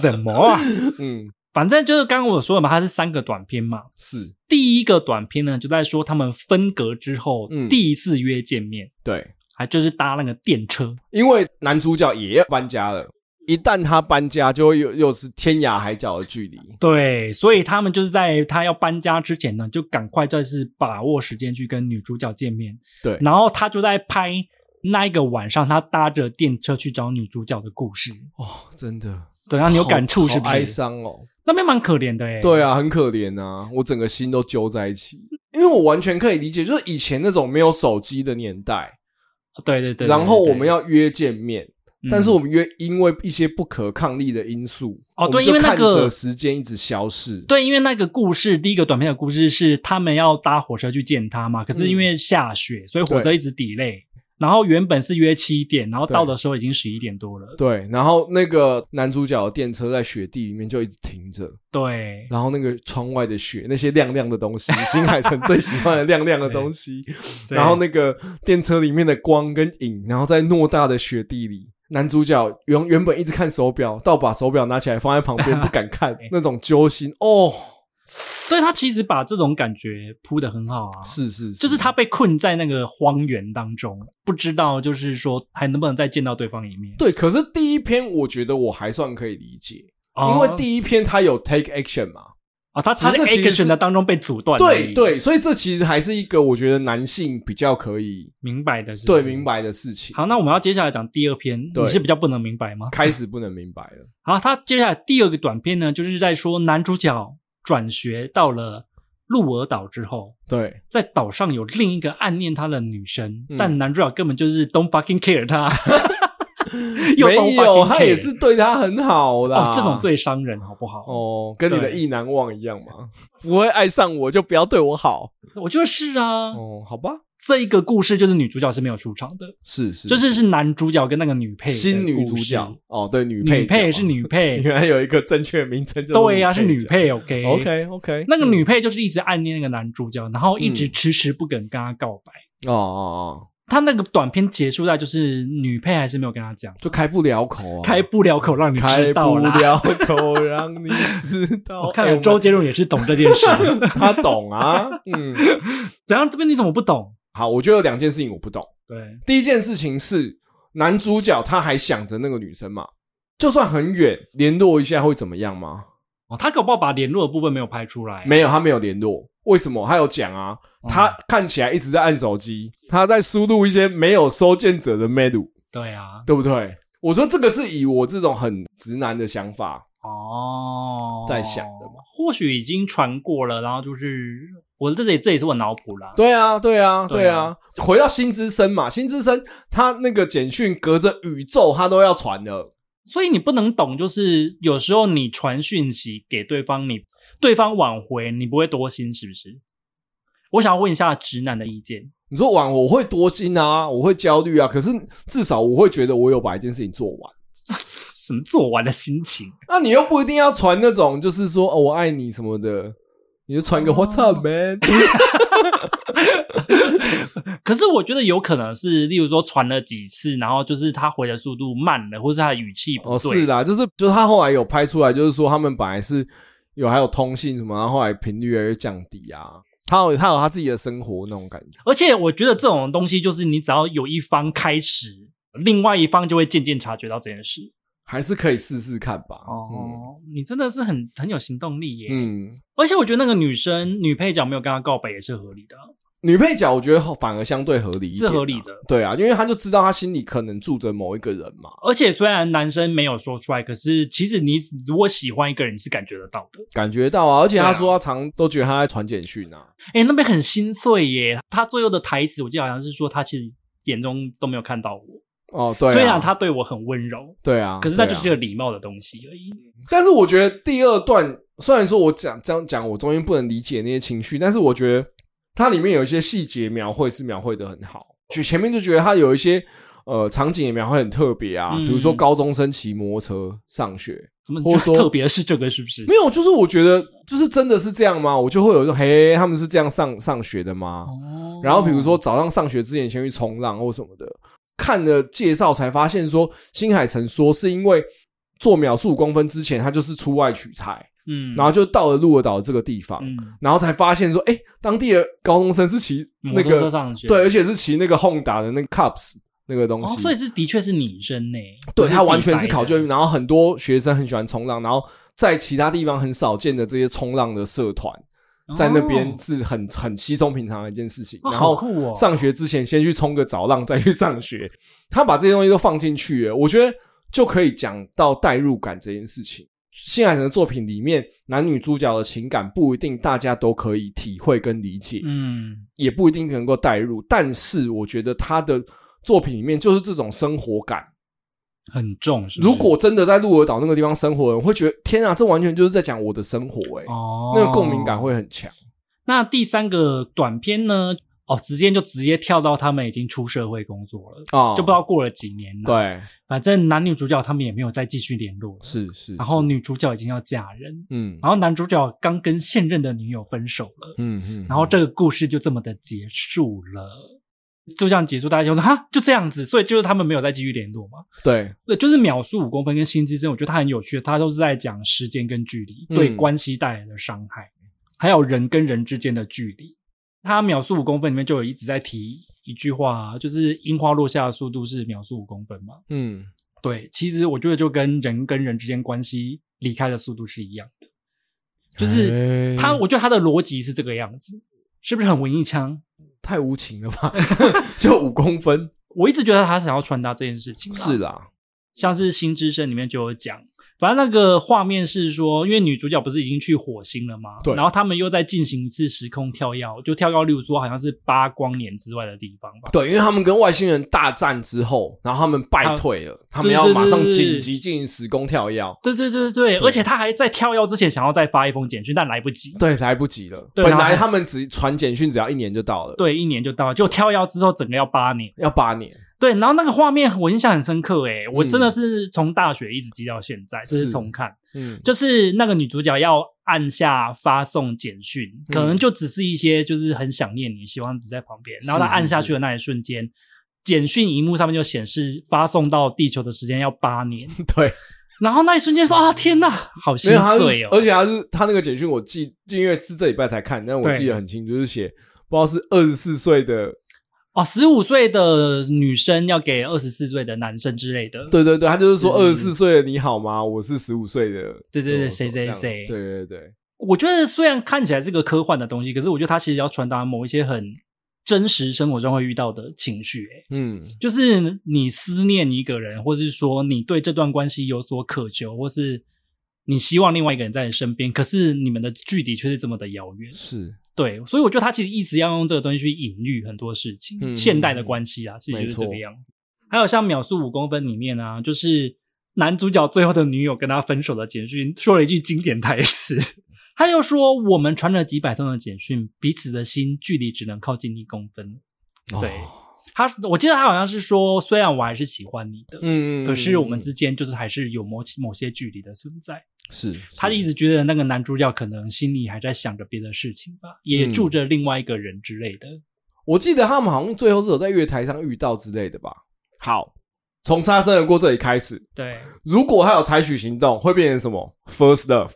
Speaker 1: 什么啊？
Speaker 2: 嗯，
Speaker 1: 反正就是刚刚我说的嘛，它是三个短片嘛。
Speaker 2: 是
Speaker 1: 第一个短片呢，就在说他们分隔之后、
Speaker 2: 嗯
Speaker 1: 第一次约见面，
Speaker 2: 对，
Speaker 1: 还就是搭那个电车。
Speaker 2: 因为男主角也要搬家了，一旦他搬家，就会又又是天涯海角的距离，
Speaker 1: 对，所以他们就是在他要搬家之前呢，就赶快就是把握时间去跟女主角见面。
Speaker 2: 对
Speaker 1: 然后他就在拍那一个晚上，他搭着电车去找女主角的故事。
Speaker 2: 哦，真的。
Speaker 1: 怎样？你有感触是不
Speaker 2: 好哀
Speaker 1: 是？
Speaker 2: 伤哦，
Speaker 1: 那边蛮可怜的诶、欸
Speaker 2: 对啊，很可怜啊，我整个心都揪在一起，因为我完全可以理解，就是以前那种没有手机的年代，
Speaker 1: 对对对对
Speaker 2: 然后
Speaker 1: 对
Speaker 2: 我们要约见面，
Speaker 1: 嗯
Speaker 2: 但是我们约因为一些不可抗力的因素，
Speaker 1: 哦对
Speaker 2: 我们就
Speaker 1: 因为那个
Speaker 2: 看着时间一直消逝，
Speaker 1: 对，因为那个故事第一个短片的故事是他们要搭火车去见他嘛，可是因
Speaker 2: 嗯
Speaker 1: 为下雪，所以火车一直 delay。然后原本是约七点，然后到的时候已经十一点多了。
Speaker 2: 对然后那个男主角的电车在雪地里面就一直停着，
Speaker 1: 对，
Speaker 2: 然后那个窗外的雪，那些亮亮的东西，新海诚最喜欢的亮亮的东西，
Speaker 1: 对
Speaker 2: 然后那个电车里面的光跟影，然后在偌大的雪地里，男主角原原本一直看手表，到把手表拿起来放在旁边不 敢看，那种揪心哦，
Speaker 1: 所以他其实把这种感觉铺的很好啊，
Speaker 2: 是是，
Speaker 1: 就是他被困在那个荒原当中，不知道就是说还能不能再见到对方一面，
Speaker 2: 对。可是第一篇我觉得我还算可以理解，
Speaker 1: 哦
Speaker 2: 因为第一篇他有 take action 嘛，
Speaker 1: 啊，他只是
Speaker 2: 他这其实是
Speaker 1: action 的当中被阻断而
Speaker 2: 对
Speaker 1: 已，
Speaker 2: 对，所以这其实还是一个我觉得男性比较可以
Speaker 1: 明白的是不
Speaker 2: 对
Speaker 1: 是
Speaker 2: 明。白的事情。
Speaker 1: 好，那我们要接下来讲第二篇，
Speaker 2: 对
Speaker 1: 你是比较不能明白吗？
Speaker 2: 开始不能明白了，
Speaker 1: 好，他接下来第二个短片呢，就是在说男主角转学到了鹿儿岛之后，
Speaker 2: 对，
Speaker 1: 在岛上有另一个暗恋他的女生，
Speaker 2: 嗯
Speaker 1: 但男主角根本就是 don't fucking care 他， 又
Speaker 2: 没
Speaker 1: don't
Speaker 2: 有，
Speaker 1: fucking
Speaker 2: 他
Speaker 1: care
Speaker 2: 也是对他很好的、
Speaker 1: 哦，这种最伤人，好不好？哦，
Speaker 2: 哦，跟你的
Speaker 1: 对
Speaker 2: 意难忘一样嘛，不会爱上我就不要对我好
Speaker 1: 我觉得是啊，
Speaker 2: 哦，好吧，
Speaker 1: 这一个故事就是女主角是没有出场的，
Speaker 2: 是是，
Speaker 1: 就是是男主角跟那个女配的
Speaker 2: 新女主
Speaker 1: 故事
Speaker 2: 角，哦，对，女配
Speaker 1: 女配
Speaker 2: 角
Speaker 1: 是，女 配，
Speaker 2: 原来有一个正确的名称叫 做
Speaker 1: 对呀、啊是女
Speaker 2: 角。
Speaker 1: 配，OK
Speaker 2: OK OK，
Speaker 1: 那个女配就是一直暗恋那个男主角，然后一直
Speaker 2: 嗯
Speaker 1: 迟迟不肯跟他告白。
Speaker 2: 哦哦哦，
Speaker 1: 他那个短片结束在就是女配还是没有跟他讲，
Speaker 2: 就开不了口啊，
Speaker 1: 开不了口让你
Speaker 2: 开
Speaker 1: 知道
Speaker 2: 不
Speaker 1: 啦。
Speaker 2: 了口让你知道。
Speaker 1: 我看
Speaker 2: 哎
Speaker 1: 来周杰伦也是懂这 件事。
Speaker 2: 们他懂啊，嗯，
Speaker 1: 怎样？这边你怎么不懂？
Speaker 2: 好，我觉得有两件事情我不懂。
Speaker 1: 对，
Speaker 2: 第一件事情是男主角他还想着那个女生嘛，就算很远联络一下会怎么样吗？
Speaker 1: 哦，他搞不好把联络的部分没有拍出来。
Speaker 2: 没有，他没有联络。为什么？他有讲啊，
Speaker 1: 嗯
Speaker 2: 他看起来一直在按手机，他在输入一些没有收件者的 mail，
Speaker 1: 对啊，
Speaker 2: 对不对？我说这个是以我这种很直男的想法，
Speaker 1: 哦，
Speaker 2: 在想的嘛。
Speaker 1: 或许已经传过了，然后就是我这里这也是我脑补啦。
Speaker 2: 对啊，对啊，
Speaker 1: 对啊
Speaker 2: 对啊。回到新之声嘛，新之声他那个简讯隔着宇宙他都要传了，
Speaker 1: 所以你不能懂，就是有时候你传讯息给对方，你对方挽回，你不会多心，是不是？我想要问一下直男的意见。
Speaker 2: 你说晚我会多心啊，我会焦虑啊，可是至少我会觉得我有把一件事情做完。
Speaker 1: 什么做完的心情？
Speaker 2: 那你又不一定要传那种，就是说哦我爱你什么的，你就传个
Speaker 1: 哦
Speaker 2: What's up man？
Speaker 1: 可是我觉得有可能是，例如说传了几次，然后就是他回的速度慢了，或是他的语气不
Speaker 2: 哦，
Speaker 1: 对。
Speaker 2: 是啦，就是就是他后来有拍出来，就是说他们本来是有还有通信什么，然后后来频率越来越降低啊。他有他有他自己的生活那种感觉，
Speaker 1: 而且我觉得这种东西就是你只要有一方开始，另外一方就会渐渐察觉到这件事。
Speaker 2: 还是可以试试看吧。哦，
Speaker 1: 哦，你真的是很很有行动力耶！
Speaker 2: 嗯，
Speaker 1: 而且我觉得那个女生女配角没有跟他告白也是合理的。啊
Speaker 2: 女配角我觉得反而相对合理一点、
Speaker 1: 是合理的。
Speaker 2: 对啊，因为他就知道他心里可能住着某一个人嘛，
Speaker 1: 而且虽然男生没有说出来，可是其实你如果喜欢一个人，你是感觉得到的。
Speaker 2: 感觉到啊。而且他
Speaker 1: 对啊
Speaker 2: 说他常都觉得他在传简讯啊。
Speaker 1: 哎，那边很心碎耶。他最后的台词，我记得好像是说他其实眼中都没有看到我，
Speaker 2: 哦，对啊，
Speaker 1: 虽然他对我很温柔，
Speaker 2: 对啊，
Speaker 1: 可是那
Speaker 2: 对
Speaker 1: 就
Speaker 2: 啊
Speaker 1: 是个礼貌的东西而已。
Speaker 2: 但是我觉得第二段虽然说我讲这样讲，我中间不能理解那些情绪，但是我觉得它里面有一些细节描绘是描绘的很好。就前面就觉得它有一些呃场景也描绘很特别啊，
Speaker 1: 嗯
Speaker 2: 比如说高中生骑摩托车上学，
Speaker 1: 怎么
Speaker 2: 或者
Speaker 1: 就
Speaker 2: 说
Speaker 1: 特别是这个是不是
Speaker 2: 没？有，就是我觉得就是真的是这样吗？我就会有一种嘿，他们是这样上上学的吗？
Speaker 1: 哦
Speaker 2: 然后比如说早上上学之前先去冲浪或什么的，看了介绍才发现说新海诚说是因为做秒速五公分之前他就是出外取材。
Speaker 1: 嗯，
Speaker 2: 然后就到了鹿儿岛这个地方，
Speaker 1: 嗯，
Speaker 2: 然后才发现说，哎、当地的高中生是骑那
Speaker 1: 摩托车
Speaker 2: 个，
Speaker 1: 上去，
Speaker 2: 对，而且是骑那个 Honda 的那个 Cups 那个东西，
Speaker 1: 哦，所以是的确是女生呢，
Speaker 2: 对
Speaker 1: 不
Speaker 2: 他完
Speaker 1: 自己
Speaker 2: 全是
Speaker 1: 白
Speaker 2: 考
Speaker 1: 的
Speaker 2: 究，然后很多学生很喜欢冲浪，然后在其他地方很少见的这些冲浪的社团，在那边
Speaker 1: 哦
Speaker 2: 是很很稀松平常的一件事情。
Speaker 1: 哦
Speaker 2: 然
Speaker 1: 好
Speaker 2: 后
Speaker 1: 酷哦
Speaker 2: 上学之前先去冲个早浪，再去上学。 他把这些东西都放进去了，我觉得就可以讲到代入感这件事情。新海诚的作品里面，男女主角的情感不一定大家都可以体会跟理解，
Speaker 1: 嗯，
Speaker 2: 也不一定能够代入。但是我觉得他的作品里面就是这种生活感。
Speaker 1: 很重，是不是
Speaker 2: 如果真的在鹿儿岛那个地方生活的人，会觉得天啊，这完全就是在讲我的生活、欸，
Speaker 1: 哦，
Speaker 2: 那个共鸣感。会很强。
Speaker 1: 那第三个短片呢？哦，直接就直接跳到他们已经出社会工作了，
Speaker 2: 啊
Speaker 1: 就不知道过了几年了。，
Speaker 2: 对，
Speaker 1: 反正男女主角他们也没有再继续联络了。
Speaker 2: 是是。
Speaker 1: 然后
Speaker 2: 是
Speaker 1: 女主角已经要嫁人，
Speaker 2: 嗯
Speaker 1: 然后男主角刚跟现任的女友分手了，
Speaker 2: 嗯嗯，
Speaker 1: 然后这个故事就这么的结束了。就这样结束，大家就说哈，就这样子，所以就是他们没有再继续联络嘛。
Speaker 2: 对，
Speaker 1: 对，就是秒速五公分跟心机针，我觉得它很有趣，它都是在讲时间跟距离
Speaker 2: 嗯
Speaker 1: 对关系带来的伤害，还有人跟人之间的距离。它秒速五公分里面就有一直在提一句话啊，就是樱花落下的速度是秒速五公分嘛。
Speaker 2: 嗯
Speaker 1: 对，其实我觉得就跟人跟人之间关系离开的速度是一样的，就是
Speaker 2: 哎
Speaker 1: 他，我觉得他的逻辑是这个样子，是不是很文艺腔？
Speaker 2: 太无情了 吧？就五公分，
Speaker 1: 我一直觉得他想要传达这件事情啦，啊
Speaker 2: 是啦，
Speaker 1: 像是《新之声》里面就有讲，反正那个画面是说，因为女主角不是已经去火星了吗？
Speaker 2: 对
Speaker 1: 然后他们又在进行一次时空跳跃，就跳到例如说好像是八光年之外的地方吧。
Speaker 2: 对，因为他们跟外星人大战之后，然后他们败退了，他们要马上紧急进行时空跳跃，
Speaker 1: 对对对对，
Speaker 2: 对
Speaker 1: 而且他还在跳跃之前想要再发一封简讯，但来不及。
Speaker 2: 对，来不及了。
Speaker 1: 对
Speaker 2: 本
Speaker 1: 然后
Speaker 2: 来
Speaker 1: 还
Speaker 2: 他们只传简讯，只要一年就到了，
Speaker 1: 对，一年就到了，就跳跃之后整个要八年。
Speaker 2: 要八年。
Speaker 1: 对，然后那个画面我印象很深刻，诶，我真的是从大学一直记到现在，就是
Speaker 2: 嗯是
Speaker 1: 重看。
Speaker 2: 嗯，
Speaker 1: 就是那个女主角要按下发送简讯，
Speaker 2: 嗯
Speaker 1: 可能就只是一些就是很想念你，希望你在旁边。然后她
Speaker 2: 是是
Speaker 1: 按下去的那一瞬间，简讯荧幕上面就显示发送到地球的时间要八 年。
Speaker 2: 嗯对，
Speaker 1: 然后那一瞬间说啊，天呐，好
Speaker 2: 嗯没
Speaker 1: 心
Speaker 2: 有他
Speaker 1: 碎
Speaker 2: 是，
Speaker 1: 哦！
Speaker 2: 而且他是他那个简讯，我记，因为是这礼拜才看，但我
Speaker 1: 对
Speaker 2: 记得很清楚，就是写不知道是二十四岁的，
Speaker 1: 哦，十五岁的女生要给二十四岁的男生之类的。
Speaker 2: 对对对，他就是说
Speaker 1: 嗯
Speaker 2: 二十四岁的你好吗？我是十五岁的，
Speaker 1: 对对对
Speaker 2: 什
Speaker 1: 谁
Speaker 2: 么
Speaker 1: 谁
Speaker 2: 什么这样
Speaker 1: 谁
Speaker 2: 对对对，
Speaker 1: 我觉得虽然看起来是个科幻的东西，可是我觉得它其实要传达某一些很真实生活中会遇到的情绪、欸。
Speaker 2: 嗯，
Speaker 1: 就是你思念一个人，或是说你对这段关系有所渴求，或是你希望另外一个人在你身边，可是你们的距离却是这么的遥远。
Speaker 2: 是
Speaker 1: 对，所以我觉得他其实一直要用这个东西去隐喻很多事情，
Speaker 2: 嗯
Speaker 1: 现代的关系啊，其实就是这个样子。还有像《秒速五公分》里面啊，就是男主角最后的女友跟他分手的简讯，说了一句经典台词， 他就说：“我们传了几百通的简讯，彼此的心距离只能靠近一公分。”对，
Speaker 2: 哦
Speaker 1: 他，我记得他好像是说，虽然我还是喜欢你的，
Speaker 2: 嗯，嗯
Speaker 1: 可是我们
Speaker 2: 嗯
Speaker 1: 之间就是还是有某某些距离的存在。
Speaker 2: 是
Speaker 1: 他
Speaker 2: 是
Speaker 1: 一直觉得那个男主角可能心里还在想着别的事情吧，也住着另外一个人之类的。
Speaker 2: 我记得他们好像最后是有在月台上遇到之类的吧。好，从杀生人过这里开始，
Speaker 1: 对，
Speaker 2: 如果他有采取行动，会变成什么？First love，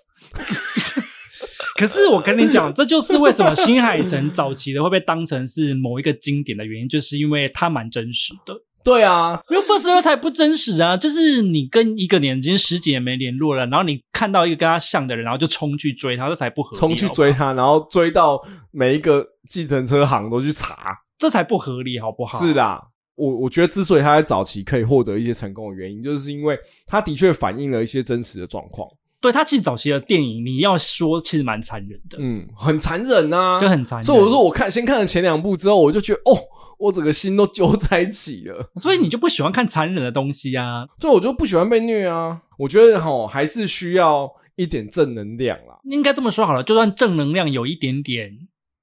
Speaker 1: 可是我跟你讲， 这就是为什么新海诚早期的会被当成是某一个经典的原因，就是因为它蛮真实的。
Speaker 2: 对啊，
Speaker 1: 因为 First Love 才不真实啊！就是你跟一个人已经十几年没联络了，然后你看到一个跟他像的人，然后就冲去追他，这才不合理。
Speaker 2: 冲去
Speaker 1: 好不好
Speaker 2: 追他，然后追到每一个计程车行都去查。
Speaker 1: 这才不合理，好不好？
Speaker 2: 是，啦，我我觉得之所以他在早期可以获得一些成功的原因，就是因为他的确反映了一些真实的状况。
Speaker 1: 对他其实早期的电影，你要说其实蛮残忍的，
Speaker 2: 嗯，很残忍啊，
Speaker 1: 就很残忍。
Speaker 2: 所以我说，，我看先看了前两部之后，我就觉得哦，我整个心都揪在一起了。
Speaker 1: 所以你就不喜欢看残忍的东西啊？
Speaker 2: 所以我就不喜欢被虐啊。我觉得吼还是需要一点正能量啦。
Speaker 1: 应该这么说好了，就算正能量有一点点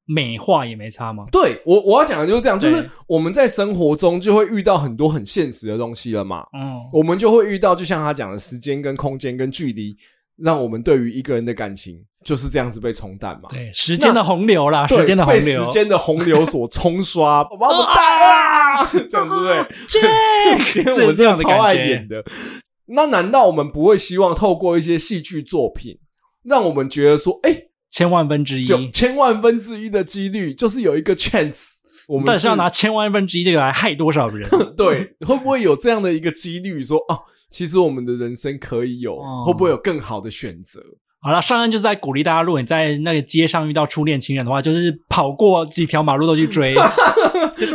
Speaker 1: 美化也没差嘛。
Speaker 2: 对我我要讲的就是这样，就
Speaker 1: 对
Speaker 2: 是我们在生活中就会遇到很多很现实的东西了嘛，
Speaker 1: 嗯，
Speaker 2: 我们就会遇到，就像他讲的，时间跟空间跟距离，让我们对于一个人的感情就是这样子被冲淡嘛。
Speaker 1: 对，时间的洪流啦，
Speaker 2: 对，
Speaker 1: 时间的洪
Speaker 2: 被
Speaker 1: 流
Speaker 2: 时。间的洪流所冲刷， 我把我大啊， 这样对不对？
Speaker 1: Jack，
Speaker 2: 因为
Speaker 1: 哎这
Speaker 2: 我
Speaker 1: 这
Speaker 2: 真
Speaker 1: 样
Speaker 2: 的
Speaker 1: 的
Speaker 2: 超爱
Speaker 1: 感
Speaker 2: 演
Speaker 1: 觉，
Speaker 2: 的。那难道我们不会希望透过一些戏剧作品，让我们觉得说，哎、
Speaker 1: 千万分之一，
Speaker 2: 就千万分之一的几率，就是有一个 chance，我们
Speaker 1: 但是要拿千万分之一这个来害多少人？啊
Speaker 2: 对，会不会有这样的一个几率说，哦，其实我们的人生可以有，
Speaker 1: 哦
Speaker 2: 会不会有更好的选择？
Speaker 1: 好了，上岸就是在鼓励大家，如果你在那个街上遇到初恋情人的话，就是跑过几条马路都去 追。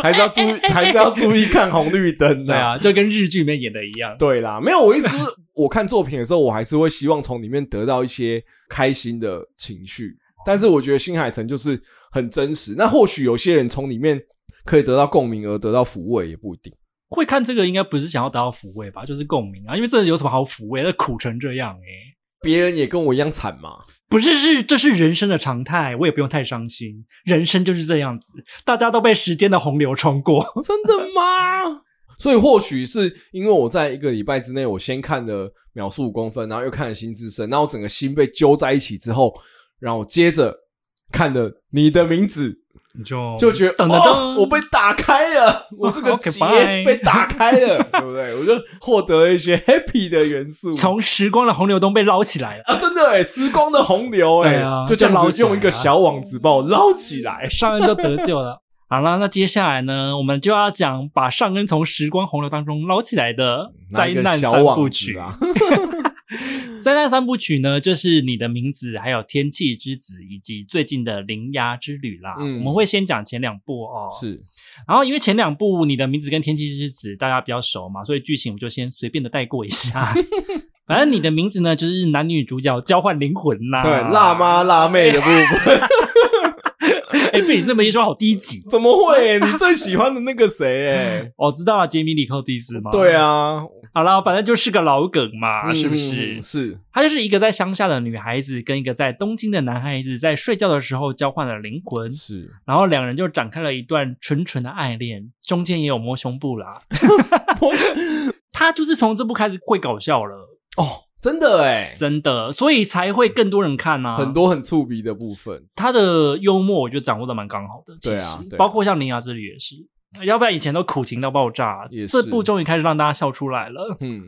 Speaker 2: 还是要注意，还是要注意看红绿灯
Speaker 1: 对
Speaker 2: 的、
Speaker 1: 啊，就跟日剧里面演的一样。
Speaker 2: 对啦，没有，我意思是， 我看作品的时候，我还是会希望从里面得到一些开心的情绪。但是我觉得新海诚就是很真实，那或许有些人从里面可以得到共鸣而得到抚慰，也不一定。
Speaker 1: 会看这个应该不是想要达到抚慰吧，就是共鸣啊，因为这有什么好抚慰？那苦成这样诶、欸
Speaker 2: 别人也跟我一样惨嘛，
Speaker 1: 不是是这是人生的常态，我也不用太伤心，人生就是这样子，大家都被时间的洪流冲过。
Speaker 2: 真的吗？ 所以或许是因为我在一个礼拜之内，我先看了《秒速五公分》，然后又看了《新之声》，然后 整个心被揪在一起之后，然后我接着看了《你的名字》，
Speaker 1: 你 就
Speaker 2: 就觉得
Speaker 1: 等等
Speaker 2: 哦
Speaker 1: 等，，
Speaker 2: 我被打开
Speaker 1: 哦
Speaker 2: 了，我这个
Speaker 1: Okay,
Speaker 2: 结
Speaker 1: bye
Speaker 2: 被打开 了，对不对？我就获得了一些 happy 的元素，
Speaker 1: 从时光的洪流中被捞起 来了。
Speaker 2: 啊，真的哎，时光的洪流哎
Speaker 1: 对，啊
Speaker 2: 就这
Speaker 1: 就
Speaker 2: 样
Speaker 1: 捞
Speaker 2: 子
Speaker 1: 起来
Speaker 2: 用一个
Speaker 1: 啊
Speaker 2: 小网子把我捞起来。
Speaker 1: 哎上恩就得救了。好了，那接下来呢，我们就要讲把上恩从时光洪流当中捞起来的
Speaker 2: 嗯拿
Speaker 1: 灾
Speaker 2: 一个
Speaker 1: 难
Speaker 2: 小
Speaker 1: 三
Speaker 2: 网
Speaker 1: 部
Speaker 2: 子
Speaker 1: 曲。
Speaker 2: 啊，
Speaker 1: 灾难三部曲呢，就是你的名字，还有天气之子，以及最近的灵牙之旅啦。
Speaker 2: 嗯
Speaker 1: 我们会先讲前两部哦。。
Speaker 2: 是
Speaker 1: 然后因为前两部你的名字跟天气之子大家比较熟嘛，所以剧情我就先随便的带过一 下。反正你的名字呢，就是男女主角交换灵魂啦。
Speaker 2: 对辣妈辣妹的部分，
Speaker 1: 哎、被你这么一说，好低级。
Speaker 2: 怎么会？你最喜欢的那个谁？ 哎，
Speaker 1: 我、知道了，杰米·里寇蒂斯吗？
Speaker 2: 对啊，
Speaker 1: 好啦，反正就是个老梗嘛，
Speaker 2: 嗯
Speaker 1: 啊是不是？
Speaker 2: 是
Speaker 1: 她就是一个在乡下的女孩子跟一个在东京的男孩子在睡觉的时候交换了灵魂，
Speaker 2: 是，
Speaker 1: 然后两人就展开了一段纯纯的爱恋，中间也有摸胸部 啦。她就是从这部开始会搞笑了，
Speaker 2: 哦，真的哎，
Speaker 1: 真的，所以才会更多人看啊。
Speaker 2: 很多很触鼻的部分，
Speaker 1: 她的幽默，我觉得掌握的蛮刚好的。其
Speaker 2: 对啊
Speaker 1: 实，
Speaker 2: 对啊
Speaker 1: 包括像《铃芽之旅》也是，要不然以前都苦情到爆炸
Speaker 2: 也，
Speaker 1: 这
Speaker 2: 是
Speaker 1: 部终于开始让大家笑出来了。
Speaker 2: 嗯，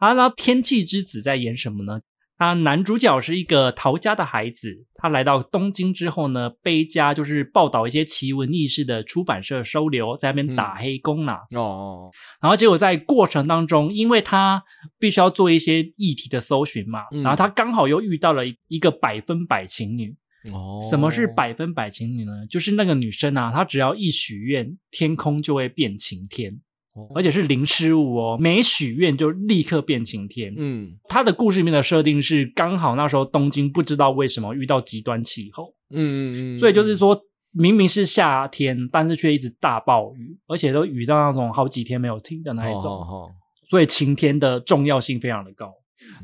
Speaker 1: 啊，然后《天气之子》在演什么呢？啊，男主角是一个逃家的孩子，他来到东京之后呢，被一家就是报道一些奇闻异事的出版社收留，在那边打
Speaker 2: 嗯
Speaker 1: 黑工啦、
Speaker 2: 哦，
Speaker 1: 然后结果在过程当中，因为他必须要做一些议题的搜寻嘛，
Speaker 2: 嗯
Speaker 1: 然后他刚好又遇到了一一个百分百情侣。
Speaker 2: 哦，
Speaker 1: 什么是百分百情侣呢？就是那个女生啊，她只要一许愿，天空就会变晴天，
Speaker 2: 哦？
Speaker 1: 而且是零失误哦，每许愿就立刻变晴天。
Speaker 2: 嗯
Speaker 1: 他的故事里面的设定是，刚好那时候东京不知道为什么遇到极端气候，
Speaker 2: 嗯嗯嗯，
Speaker 1: 所以就是说明明是夏天，但是却一直大暴雨，而且都雨到那种好几天没有停的那一
Speaker 2: 哦
Speaker 1: 种，
Speaker 2: 哦
Speaker 1: 所以晴天的重要性非常的高。
Speaker 2: 嗯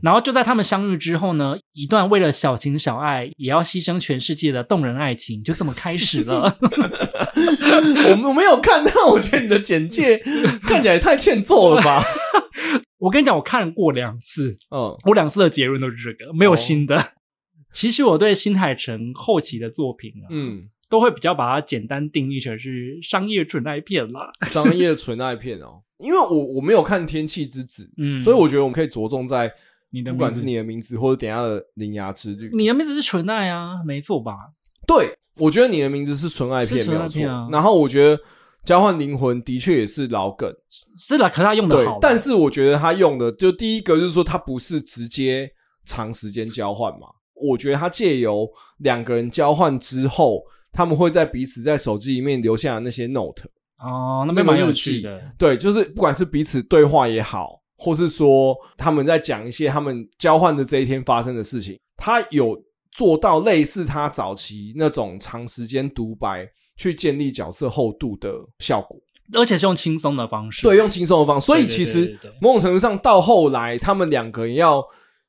Speaker 1: 然后就在他们相遇之后呢，一段为了小情小爱也要牺牲全世界的动人爱情就这么开始 了。
Speaker 2: 我们我没有看到，我觉得你的简 介看起来太欠揍了吧？
Speaker 1: 我跟你讲，我看过两次，
Speaker 2: 嗯，
Speaker 1: 我两次的结论都是这个，没有
Speaker 2: 哦
Speaker 1: 新的。其实我对新海诚后期的作品啊，
Speaker 2: 嗯，
Speaker 1: 都会比较把它简单定义成是商业纯爱片啦。
Speaker 2: 商业纯爱片哦，因为我我没有看《天气之子》，
Speaker 1: 嗯
Speaker 2: 所以我觉得我们可以着重在
Speaker 1: 你的
Speaker 2: 不
Speaker 1: 名
Speaker 2: 管
Speaker 1: 字
Speaker 2: 是你的名字或者等一下的《铃芽之旅》。
Speaker 1: 你的名字是纯爱啊，没错吧？
Speaker 2: 对，我觉得你的名字是纯爱
Speaker 1: 是
Speaker 2: 片没
Speaker 1: 纯爱
Speaker 2: 有错
Speaker 1: 片啊。
Speaker 2: 然后我觉得《交换灵魂》的确也是老梗，
Speaker 1: 是啦，可是他用
Speaker 2: 对
Speaker 1: 的好，，
Speaker 2: 但是我觉得他用的就第一个就是说，他不是直接长时间交换嘛。我觉得他借由两个人交换之后，他们会在彼此在手机里面留下那些 note，
Speaker 1: 哦，那
Speaker 2: 那
Speaker 1: 边
Speaker 2: 蛮
Speaker 1: 蛮有
Speaker 2: 有
Speaker 1: 趣
Speaker 2: 趣
Speaker 1: 的。
Speaker 2: 对，就是不管是彼此对话也好，或是说他们在讲一些他们交换的这一天发生的事情，他有做到类似他早期那种长时间独白去建立角色厚度的效果。
Speaker 1: 而且是用轻松的方式，
Speaker 2: 对，用轻松的方式。所以
Speaker 1: 对对对
Speaker 2: 其实
Speaker 1: 对对
Speaker 2: 某种程度上，到后来他们两个人要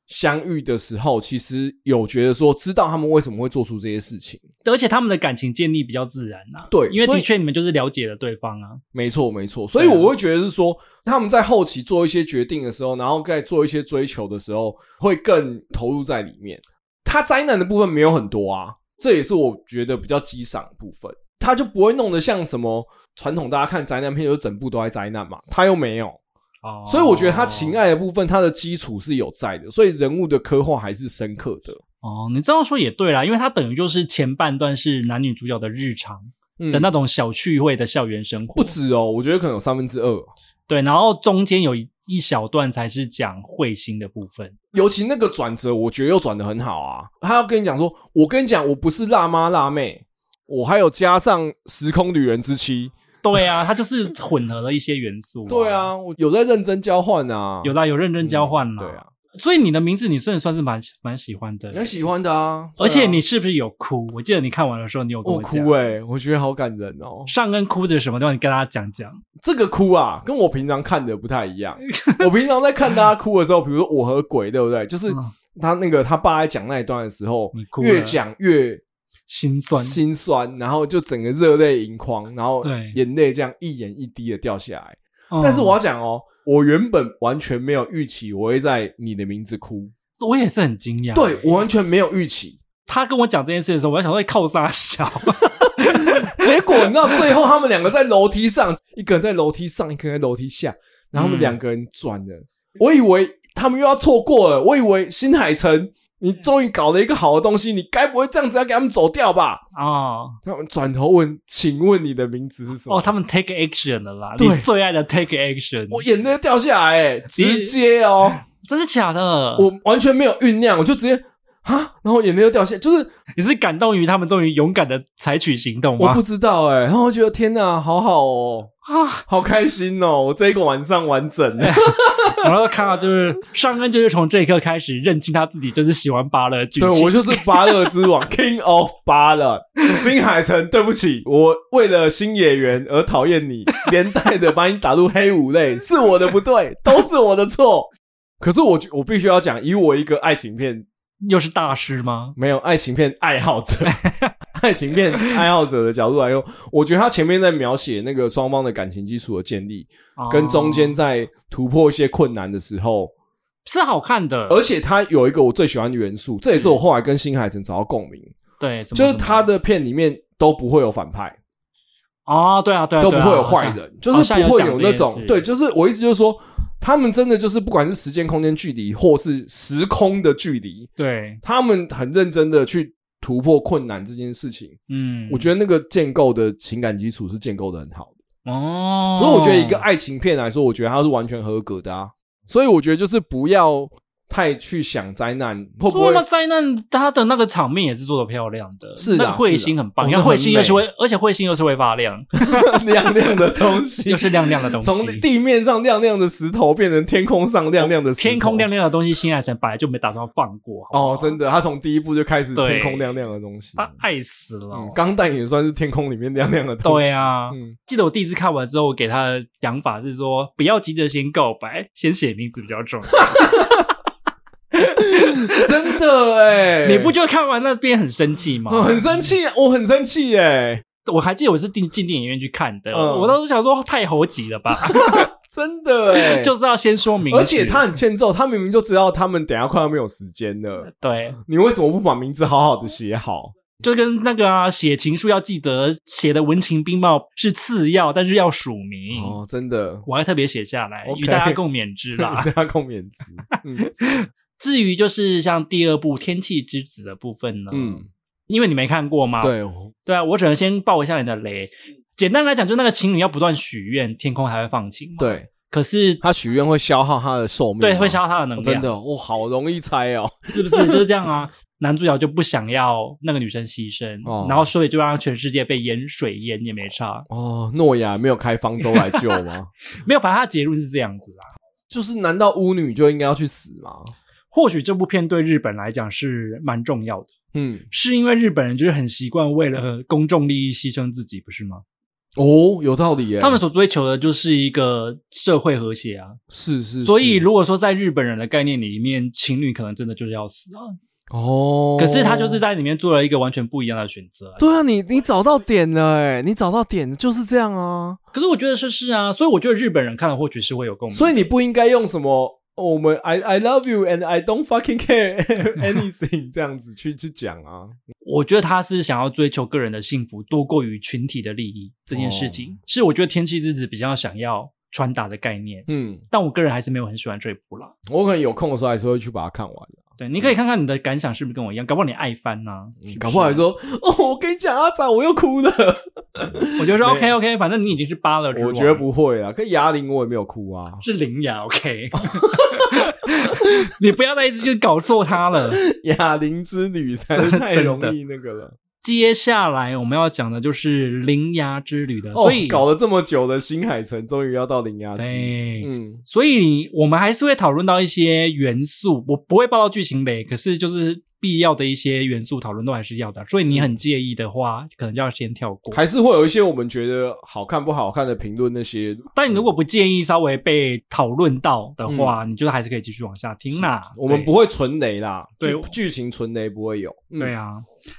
Speaker 2: 相遇的时候，其实有觉得说，知道他们为什么会做出这些事情。
Speaker 1: 而且他们的感情建立比较自然啊。
Speaker 2: 对
Speaker 1: 因为
Speaker 2: 所
Speaker 1: 的
Speaker 2: 以
Speaker 1: 确你们就是了解了对方啊。
Speaker 2: 没错，没错。所以我会觉得是说，他们在后期做一些决定的时候，然后在做一些追求的时候，会更投入在里面。他灾难的部分没有很多啊，这也是我觉得比较激赏的部分。他就不会弄得像什么传统大家看灾难片，就整部都在灾难嘛，他又没有。
Speaker 1: 哦，
Speaker 2: 所以我觉得他情爱的部分，他的基础是有在的，所以人物的刻画还是深刻的。
Speaker 1: 哦，你这样说也对啦，因为他等于就是前半段是男女主角的日常
Speaker 2: 嗯
Speaker 1: 的那种小趣味的校园生活，
Speaker 2: 不止哦，我觉得可能有三分之二，
Speaker 1: 对，然后中间有一一小段才是讲彗星的部分。
Speaker 2: 尤其那个转折，我觉得又转的很好啊。他要跟你讲说，我跟你讲，我不是辣妈辣妹，我还有加上时空旅人之妻。
Speaker 1: 对啊，它就是混合了一些元素、
Speaker 2: 对，啊，我有在认真交换啊，
Speaker 1: 有啦，有认真交换
Speaker 2: 嗯
Speaker 1: 啦、
Speaker 2: 对啊，
Speaker 1: 所以你的名字你真的算是蛮蛮喜欢的，
Speaker 2: 蛮喜欢的啊。对啊
Speaker 1: 而且你是不是有哭？我记得你看完的时候你有跟
Speaker 2: 我
Speaker 1: 讲，
Speaker 2: 哭哎、我觉得好感人哦。
Speaker 1: 上恩哭的什么地方？你跟大家讲讲。
Speaker 2: 这个哭啊，跟我平常看的不太一样。 我平常在看大家哭的时候，比如说我和鬼，对不对？就是
Speaker 1: 嗯
Speaker 2: 他那个他爸在讲那一段的时候
Speaker 1: 你哭，了
Speaker 2: 越讲越
Speaker 1: 心酸，
Speaker 2: 心酸，然后就整个热泪盈眶，然后
Speaker 1: 对
Speaker 2: 眼泪这样一眼一滴的掉下来。
Speaker 1: 嗯
Speaker 2: 但是我要讲哦，我原本完全没有预期我会在你的名字哭，
Speaker 1: 我也是很惊讶。
Speaker 2: 对我完全没有预期。
Speaker 1: 哎 他跟我讲这件事的时候，我要想说靠撒小，
Speaker 2: 结果你知道，最后他们两个在楼梯上，一个人在楼梯上，一个人在楼梯下，然后他
Speaker 1: 嗯
Speaker 2: 们两个人转了。我以为他们又要错过了，我以为新海诚，你终于搞了一个好的东西，你该不会这样子要给他们走掉吧？
Speaker 1: 哦
Speaker 2: 他们转头问：“请问你的名字是什么？”
Speaker 1: 哦，他们 take action 了啦，
Speaker 2: 对
Speaker 1: 你最爱的 take action，
Speaker 2: 我眼泪掉下来、欸，直接哦、
Speaker 1: 真的假的？
Speaker 2: 我完全没有酝酿，我就直接啊，然后眼泪就掉下来，就是
Speaker 1: 你是感动于他们终于勇敢的采取行动
Speaker 2: 我
Speaker 1: 吗？
Speaker 2: 不知道哎、然后我觉得天哪，好好哦、
Speaker 1: 啊，
Speaker 2: 好开心哦、我这一个晚上完整、欸，
Speaker 1: 然后看到就是上恩，就是从这一刻开始认清他自己就是喜欢芭乐的剧
Speaker 2: 对
Speaker 1: 情。
Speaker 2: 我就是芭乐之王，King of 芭乐，新海诚，对不起，我为了新演员而讨厌你，连带的把你打入黑五类，是我的不对，都是我的错。可是我觉我必须要讲，以我一个爱情片
Speaker 1: 又是大师吗？
Speaker 2: 没有爱情片爱好者，爱情片爱好者的角度来用，我觉得他前面在描写那个双方的感情基础的建立，
Speaker 1: 哦
Speaker 2: 跟中间在突破一些困难的时候，
Speaker 1: 是好看的，
Speaker 2: 而且他有一个我最喜欢的元素，这也是我后来跟新海诚找到共鸣，
Speaker 1: 对，什么
Speaker 2: 就是
Speaker 1: 什么
Speaker 2: 他的片里面都不会有反派，
Speaker 1: 哦，对啊，对啊，
Speaker 2: 都不
Speaker 1: 对啊
Speaker 2: 会有坏，人，就是不会有那
Speaker 1: 好像有讲这件
Speaker 2: 种
Speaker 1: 事
Speaker 2: 对，就是我意思就是说，他们真的就是不管是时间、空间、距离，或是时空的距离，
Speaker 1: 对，
Speaker 2: 他们很认真的去突破困难这件事情。
Speaker 1: 嗯，
Speaker 2: 我觉得那个建构的情感基础是建构的很好的。
Speaker 1: 得哦，
Speaker 2: 不过我觉得一个爱情片来说，我觉得它是完全合格的啊。所以我觉得就是不要太去想灾难会不
Speaker 1: 不
Speaker 2: 会
Speaker 1: 那，灾难，他的那个场面也是做的漂亮的，
Speaker 2: 是的啊
Speaker 1: 那个彗星很棒，
Speaker 2: 是的
Speaker 1: 因为彗星又是
Speaker 2: 哦那
Speaker 1: 会，而且彗星又是会发亮，
Speaker 2: 亮亮的东西
Speaker 1: 又是亮亮的东
Speaker 2: 从
Speaker 1: 西。
Speaker 2: 地面上亮亮的石头变成天空上亮亮的石头
Speaker 1: 天空亮亮的东西，新海诚本来就没打算放过。好不好
Speaker 2: 哦，真的，他从第一部就开始
Speaker 1: 对啊
Speaker 2: 天空亮亮的东西。
Speaker 1: 他爱死了。哦
Speaker 2: 嗯，钢弹也算是天空里面亮亮的东西。
Speaker 1: 对啊，
Speaker 2: 嗯，
Speaker 1: 记得我第一次看完之后，我给他的讲法是说，不要急着先告白，先写名字比较重要。
Speaker 2: 真的哎，
Speaker 1: 你不觉得看完那边很生气吗？
Speaker 2: 我 很生气啊，我很生气哎，
Speaker 1: 我还记得我是进进电影院去看的，
Speaker 2: 嗯
Speaker 1: 我当时想说太猴急了 吧，
Speaker 2: 真的哎，
Speaker 1: 就是要先说明。
Speaker 2: 而且他很欠揍，他明明就知道他们等一下快要没有时 间了，
Speaker 1: 对，
Speaker 2: 你为什么不把名字好好的写好？
Speaker 1: 就跟那个啊，写情书要记得写的文情并茂是次要，但是要署名。
Speaker 2: 哦，真的，
Speaker 1: 我还特别写下来
Speaker 2: OK
Speaker 1: 与大家共勉之 啦。
Speaker 2: 大家共勉之。嗯
Speaker 1: 至于就是像第二部《天气之子》的部分呢，
Speaker 2: 嗯，
Speaker 1: 因为你没看过嘛，
Speaker 2: 对，
Speaker 1: 对啊，我只能先爆一下你的雷。
Speaker 2: 嗯
Speaker 1: 简单来讲，就那个情侣要不断许愿，天空才会放晴嘛。，
Speaker 2: 对，
Speaker 1: 可是
Speaker 2: 他许愿会消耗他的寿命
Speaker 1: 对会消耗他的能量，
Speaker 2: 啊哦真的，我好容易猜哦。
Speaker 1: 是不是就是这样啊？男主角就不想要那个女生牺牲，
Speaker 2: 哦
Speaker 1: 然后所以就让全世界被盐水淹也没差。
Speaker 2: 哦，诺亚没有开方舟来救 吗？
Speaker 1: 没有，反正他的结论是这样子啦。
Speaker 2: 就是难道巫女就应该要去死吗？
Speaker 1: 或许这部片对日本来讲是蛮重要的，
Speaker 2: 嗯，
Speaker 1: 是因为日本人就是很习惯为了公众利益牺牲自己，不是吗？
Speaker 2: 哦，有道理耶。
Speaker 1: 他们所追求的就是一个社会和谐啊。
Speaker 2: 是是，
Speaker 1: 所以
Speaker 2: 是
Speaker 1: 如果说在日本人的概念里面，情侣可能真的就是要死啊。
Speaker 2: 哦，
Speaker 1: 可是他就是在里面做了一个完全不一样的选择啊。
Speaker 2: 对啊，你你找到点了哎，你找到点了就是这样啊。
Speaker 1: 可是我觉得是是啊，所以我觉得日本人看了或许是会有共鸣。
Speaker 2: 所以你不应该用什么哦我们 I I love you and I don't fucking care anything 这样子去去讲啊。
Speaker 1: 我觉得他是想要追求个人的幸福多过于群体的利益这件事
Speaker 2: 哦
Speaker 1: 情，是我觉得《天气之子》比较想要传达的概念。
Speaker 2: 嗯，
Speaker 1: 但我个人还是没有很喜欢这一部啦。
Speaker 2: 我可能有空的时候还是会去把它看完的、
Speaker 1: 对，你可以看看你的感想是不是跟我一样，搞不好你爱翻呐、是啊是
Speaker 2: 嗯搞不好还说 哦，我跟你讲，阿仔我又哭了。
Speaker 1: 我就说
Speaker 2: 没
Speaker 1: OK OK，反正你已经是芭乐之王，
Speaker 2: 我觉得不会啊，跟哑铃我也没有哭啊。
Speaker 1: 是林雅 OK，你不要再一直就搞错他了。
Speaker 2: 哑铃之旅才是太容易那个了。
Speaker 1: 接下来我们要讲的就是铃芽之旅的，
Speaker 2: 哦
Speaker 1: 所以，
Speaker 2: 搞了这么久的新海诚，终于要到铃芽之旅。
Speaker 1: 对，
Speaker 2: 嗯，
Speaker 1: 所以我们还是会讨论到一些元素，我不会报到剧情类，可是就是必要的一些元素讨论都还是要的。啊所以你很介意的话，可能就要先跳过。
Speaker 2: 嗯还是会有一些我们觉得好看不好看的评论那些。
Speaker 1: 但你如果不介意稍微被讨论到的话，你就还是可以继续往下听啦。
Speaker 2: 嗯我们
Speaker 1: 对
Speaker 2: 不会纯雷啦，
Speaker 1: 对
Speaker 2: 剧剧情纯雷不会有。嗯
Speaker 1: 对，啊，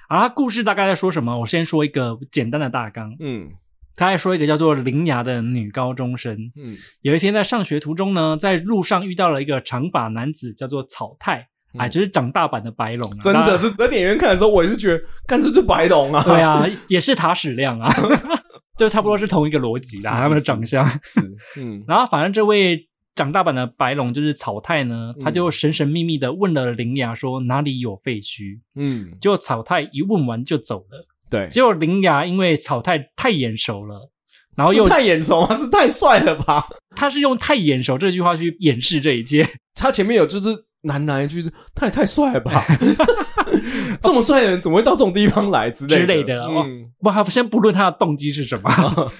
Speaker 1: 啊，它故事大概在说什么？我先说一个简单的大纲。
Speaker 2: 嗯
Speaker 1: 他还说一个叫做林雅的女高中生，
Speaker 2: 嗯，
Speaker 1: 有一天在上学途中呢，在路上遇到了一个长发男子，叫做草太。哎，就是长大版的白龙啊，
Speaker 2: 嗯真
Speaker 1: 当
Speaker 2: 的
Speaker 1: 然。
Speaker 2: 是在电影院看的时候，我也是觉得，干这就白龙啊，
Speaker 1: 对啊，也是塔矢亮啊， 就差不多是同一个逻辑啦，
Speaker 2: 是是
Speaker 1: 他们的长相。
Speaker 2: 是，嗯，
Speaker 1: 然后反正这位长大版的白龙就是草太呢，
Speaker 2: 嗯
Speaker 1: 他就神神秘秘的问了灵雅说哪里有废墟，
Speaker 2: 嗯，
Speaker 1: 结果草太一问完就走了。
Speaker 2: 对，
Speaker 1: 结果灵雅因为草太太眼熟了，然后
Speaker 2: 是
Speaker 1: 又
Speaker 2: 太眼熟吗？是太帅了吧？
Speaker 1: 他是用太眼熟这句话去掩饰这一切，
Speaker 2: 他前面有就是喃喃一句是，太太 帅了吧？ 这么帅的人怎么会到这种地方来之类
Speaker 1: 之类的哦
Speaker 2: 嗯，
Speaker 1: 不，还先不论他的动机是 什么，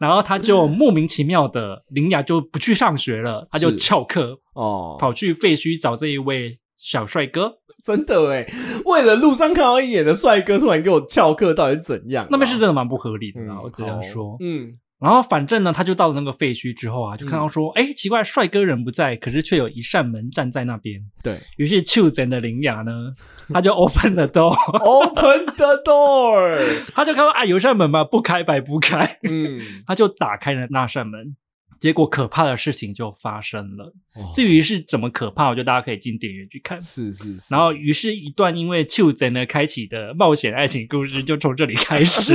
Speaker 1: 然后他就莫名其妙的灵雅就不去上学了，他就是翘课
Speaker 2: 哦，
Speaker 1: 跑去废墟找这一位小帅哥，
Speaker 2: 真的哎，为了路上看到一眼的帅哥，突然给我翘课，到底是怎样啊？
Speaker 1: 那边是真的蛮不合理的啦，
Speaker 2: 嗯
Speaker 1: 我只能说。
Speaker 2: 嗯，
Speaker 1: 然后反正呢，他就到了那个废墟之后啊，就看到说，哎、奇怪，帅哥人不在，可是却有一扇门站在那边。
Speaker 2: 对
Speaker 1: 于是 c h o s e n 的灵雅呢，他就 open the door，
Speaker 2: ，Open the door，
Speaker 1: 他就看到啊，有一扇门嘛，不开白不开，
Speaker 2: 嗯，
Speaker 1: 他就打开了那扇门。结果可怕的事情就发生了。
Speaker 2: 哦
Speaker 1: 至于是怎么可怕，我觉得大家可以进电影院去看。
Speaker 2: 是是是，
Speaker 1: 然后，于是，一段因为 c h o s e n 呢开启的冒险爱情故事就从这里开 始。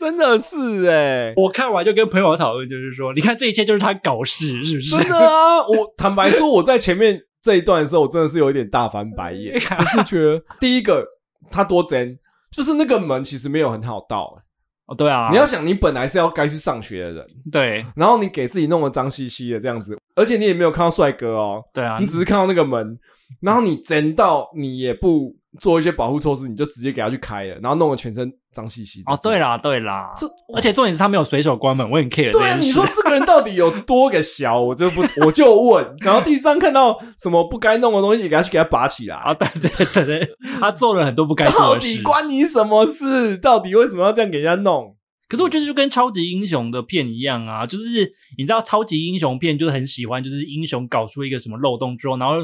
Speaker 2: 真的是哎，
Speaker 1: 我看完就跟朋友讨论，就是说，你看这一切就是他搞事，是不是？
Speaker 2: 真的啊！我坦白说，我在前面这一段的时候，我真的是有一点大翻 白眼，就是觉得第一个他多真，就是那个门其实没有很好到、欸
Speaker 1: 哦，对啊，
Speaker 2: 你要想，你本来是要该去上学的人，
Speaker 1: 对
Speaker 2: 然后你给自己弄得脏兮兮的这样子，而且你也没有看到帅哥哦，
Speaker 1: 对啊，
Speaker 2: 你只是看到那个门，然后你真到你也不做一些保护措施，你就直接给他去开了，然后弄得全身脏兮兮的。
Speaker 1: 哦，对啦对啦，
Speaker 2: 这
Speaker 1: 而且重点是他没有随手关门，我很 care 这
Speaker 2: 对啊，
Speaker 1: 件
Speaker 2: 你
Speaker 1: 事
Speaker 2: 说。这个人到底有多个小，我 就不我就问。然后地上看到什么不该弄的东西，也给他去给他拔起来。
Speaker 1: 啊，对对对对，他做了很多不该做
Speaker 2: 到
Speaker 1: 的
Speaker 2: 底
Speaker 1: 事。
Speaker 2: 关你什么事？到底为什么要这样给人家弄？
Speaker 1: 可是我觉得就跟超级英雄的片一样啊，就是你知道超级英雄片就是很喜欢，就是英雄搞出一个什么漏洞之后，然后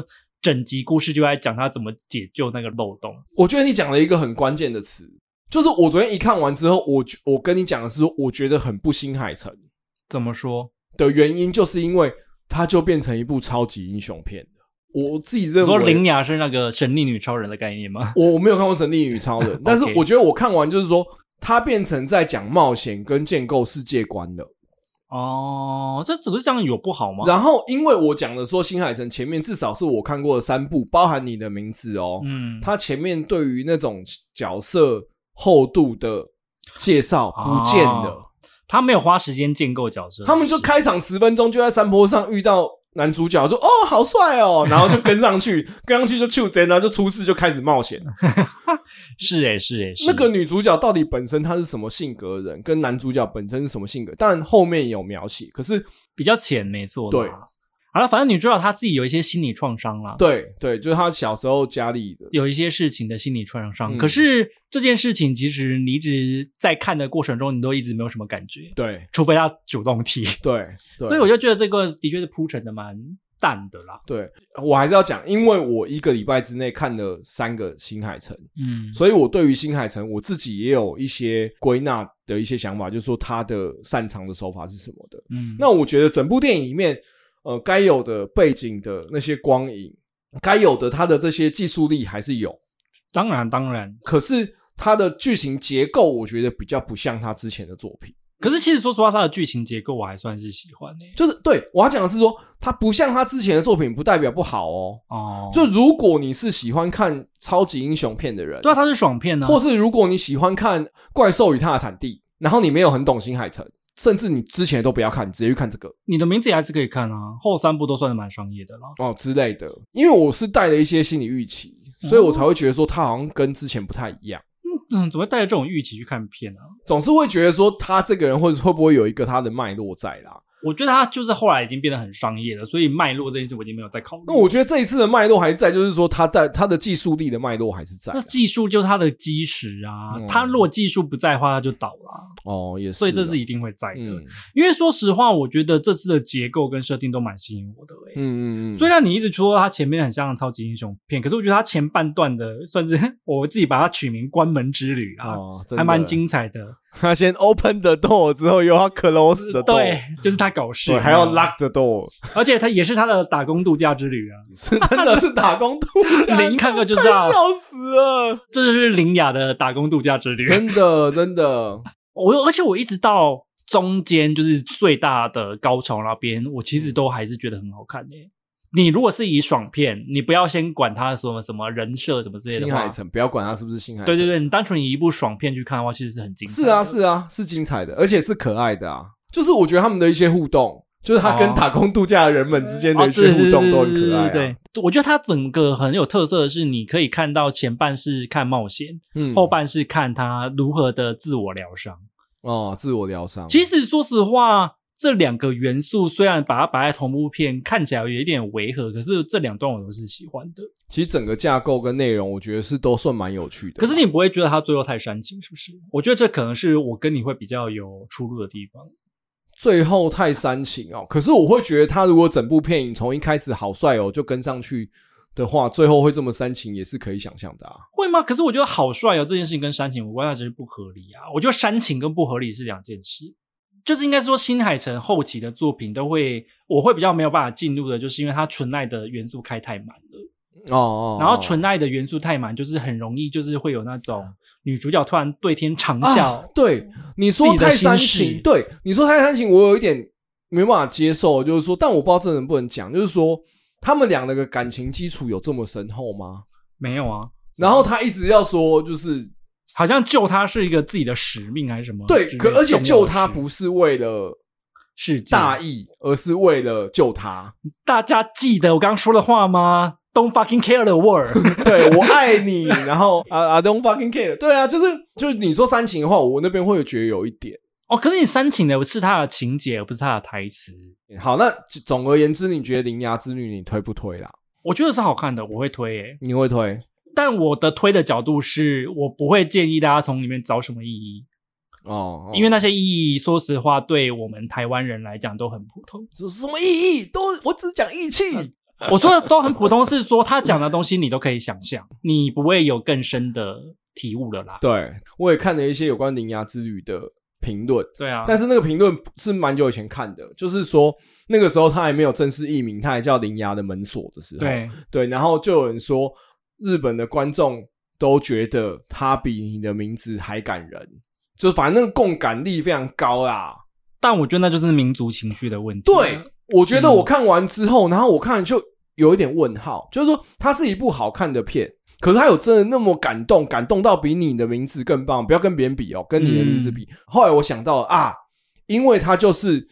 Speaker 1: 整集故事就在讲他怎么解救那个漏洞。
Speaker 2: 我觉得你讲了一个很关键的词，就是我昨天一看完之后，我觉我跟你讲的是，我觉得很不新海诚
Speaker 1: 怎么说？
Speaker 2: 的原因，就是因为它就变成一部超级英雄片了我自己
Speaker 1: 你
Speaker 2: 认
Speaker 1: 说
Speaker 2: 为，
Speaker 1: 林雅是那个神力女超人的概念吗？
Speaker 2: 我我没有看过《神力女超人》，但是我觉得我看完就是说，它变成在讲冒险跟建构世界观了。
Speaker 1: 哦，这只是这样有不好吗？
Speaker 2: 然后，因为我讲的说新海诚前面至少是我看过的三部，包含你的名字哦，
Speaker 1: 嗯，
Speaker 2: 他前面对于那种角色厚度的介绍不见了
Speaker 1: 哦，他没有花时间建构角色，
Speaker 2: 他们就是开场十分钟就在山坡上遇到男主角，就哦好帅哦， 然后就跟上去，跟上去就救贼，然后就出事就开始冒险。
Speaker 1: 是哎是哎是
Speaker 2: 那个女主角到底本身她是什么性格的人，跟男主角本身是什么性格，当然后面有描写，可是
Speaker 1: 比较浅，没错。
Speaker 2: 对，
Speaker 1: 好了，反正女主角她自己有一些心理创伤啦，
Speaker 2: 对对，就是她小时候家里的，
Speaker 1: 有一些事情的心理创伤。
Speaker 2: 嗯
Speaker 1: 可是这件事情，其实你一直在看的过程中，你都一直没有什么感觉，
Speaker 2: 对
Speaker 1: 除非她主动提。
Speaker 2: 对 对，
Speaker 1: 所以我就觉得这个的确是铺陈的蛮淡的啦。
Speaker 2: 对我还是要讲，因为我一个礼拜之内看了三个新海诚。
Speaker 1: 嗯，
Speaker 2: 所以我对于新海诚我自己也有一些归纳的一些想法，就是说他的擅长的手法是什么的。
Speaker 1: 嗯，
Speaker 2: 那我觉得整部电影里面，呃，该有的背景的那些光影，该有的他的这些技术力还是有，
Speaker 1: 当然当然。
Speaker 2: 可是他的剧情结构，我觉得比较不像他之前的作品。
Speaker 1: 可是其实说实话，它的剧情结构我还算是喜欢诶、
Speaker 2: 就是对我要讲的是说，他不像他之前的作品，不代表不好哦。
Speaker 1: 哦，
Speaker 2: 就如果你是喜欢看超级英雄片的人，
Speaker 1: 对啊，它是爽片呢、
Speaker 2: 或是如果你喜欢看《怪兽与它的产地》，然后你没有很懂新海诚，甚至你之前都不要看，你直接去看这个
Speaker 1: 你的名字也还是可以看啊，后三部都算是蛮商业的啦。
Speaker 2: 哦之类的。因为我是带了一些心理预期，所以我才
Speaker 1: 哦
Speaker 2: 会觉得说它好像跟之前不太一样，
Speaker 1: 嗯，怎么会带着这种预期去看片啊？
Speaker 2: 总是会觉得说他这个人会会不会有一个他的脉络在啦。
Speaker 1: 我觉得他就是后来已经变得很商业了，所以脉络这件事我已经没有再考虑。
Speaker 2: 那我觉得这一次的脉络还在，就是说他在他的技术力的脉络还是在
Speaker 1: 那技术就是他的基石啊，
Speaker 2: 嗯
Speaker 1: 他如果技术不在的话，他就倒了啊、
Speaker 2: 哦，也是啊，
Speaker 1: 所以这是一定会在的。
Speaker 2: 嗯
Speaker 1: 因为说实话，我觉得这次的结构跟设定都蛮吸引我的、欸。
Speaker 2: 嗯嗯嗯，
Speaker 1: 虽然你一直说它前面很像超级英雄片，可是我觉得它前半段的算是我自己把它取名“关门之旅”啊，
Speaker 2: 哦，真的
Speaker 1: 还蛮精彩的。
Speaker 2: 他先 open the door 之后，又要 close the door，
Speaker 1: 对，就是他搞事，
Speaker 2: 对，还要 lock the door，
Speaker 1: 而且他也是他的打工度假之旅啊，
Speaker 2: 是真的是打工度假，
Speaker 1: 零看过就知
Speaker 2: 快
Speaker 1: 道，
Speaker 2: 笑死了，
Speaker 1: 这就是林雅的打工度假之 旅。
Speaker 2: 真的真的，
Speaker 1: 我而且我一直到中间就是最大的高潮那边，我其实
Speaker 2: 嗯
Speaker 1: 都还是觉得很好看的、你如果是以爽片，你不要先管他什么什么人设什么之类的
Speaker 2: 新
Speaker 1: 话
Speaker 2: 海，诚不要管他是不是新海，
Speaker 1: 对对，对，你单纯以一部爽片去看的话，其实是很精彩。
Speaker 2: 是啊，是啊是精彩的，而且是可爱的啊，就是我觉得他们的一些互动，就是他跟
Speaker 1: 哦
Speaker 2: 打工度假的人们之间的
Speaker 1: 哦
Speaker 2: 一
Speaker 1: 对
Speaker 2: 些互
Speaker 1: 对
Speaker 2: 动
Speaker 1: 对
Speaker 2: 都很可爱、啊，
Speaker 1: 对对，对我觉得它整个很有特色的是，你可以看到前半是看冒险，
Speaker 2: 嗯，
Speaker 1: 后半是看他如何的自我疗伤。
Speaker 2: 哦，自我疗伤，
Speaker 1: 其实说实话，这两个元素虽然把它摆在同步片，看起来有一点违和，可是这两段我都是喜欢的。
Speaker 2: 其实整个架构跟内容，我觉得是都算蛮有趣的。
Speaker 1: 可是你不会觉得它最后太煽情，是不是？我觉得这可能是我跟你会比较有出入的地方。
Speaker 2: 最后太煽情哦。可是我会觉得，他如果整部片影从一开始好帅哦就跟上去的话，最后会这么煽情也是可以想象的啊。
Speaker 1: 会吗？可是我觉得好帅哦，这件事情跟煽情无关，它只是不合理啊。我觉得煽情跟不合理是两件事，就是应该说新海诚后期的作品都会，我会比较没有办法进入的，就是因为它纯爱的元素开太满了，
Speaker 2: 哦哦，
Speaker 1: 然后纯爱的元素太满，就是很容易就是会有那种女主角突然对天长啸。
Speaker 2: 啊对你说太煽
Speaker 1: 自己的心
Speaker 2: 情
Speaker 1: 事，
Speaker 2: 对你说太煽情，我有一点没办法接受，就是说，但我不知道这能不能讲，就是说他们俩的感情基础有这么深厚吗？
Speaker 1: 没有啊，
Speaker 2: 然后他一直要说，就是
Speaker 1: 好像救他是一个自己的使命还是什么之类的
Speaker 2: 对，
Speaker 1: 重要的事？
Speaker 2: 可而且救他不是为了
Speaker 1: 是这样
Speaker 2: 大义，而是为了救他。
Speaker 1: 大家记得我刚刚说的话吗？Don't fucking care the world。
Speaker 2: 对我爱你，然后啊啊 don't fucking care，对啊，就是就是你说煽情的话，我那边会觉得有一点。
Speaker 1: 哦，可是你煽情的是他的情节，而不是他的台词。
Speaker 2: 好，那总而言之，你觉得《铃芽之旅》你推不推啦？
Speaker 1: 我觉得是好看的，我会推诶、
Speaker 2: 你会推
Speaker 1: 但我的推的角度是我不会建议大家从里面找什么意义，
Speaker 2: 哦，哦
Speaker 1: 因为那些意义，说实话，对我们台湾人来讲都很普通。
Speaker 2: 是什么意义都，我只讲义气。
Speaker 1: 我说的都很普通，是说他讲的东西你都可以想象，你不会有更深的体悟了啦。
Speaker 2: 对，我也看了一些有关《铃芽之旅》的评论，
Speaker 1: 对啊，
Speaker 2: 但是那个评论是蛮久以前看的，就是说那个时候他还没有正式译名，他还叫《铃芽的门锁》的时候，
Speaker 1: 对，
Speaker 2: 对，然后就有人说，日本的观众都觉得他比你的名字还感人，就反正那个共感力非常高啦。
Speaker 1: 但我觉得那就是民族情绪的问题。
Speaker 2: 对，我觉得我看完之后，然后我看就有一点问号，就是说它是一部好看的片，可是它有真的那么感动，感动到比你的名字更棒？不要跟别人比哦，跟你的名字比。后来我想到啊，因为它就是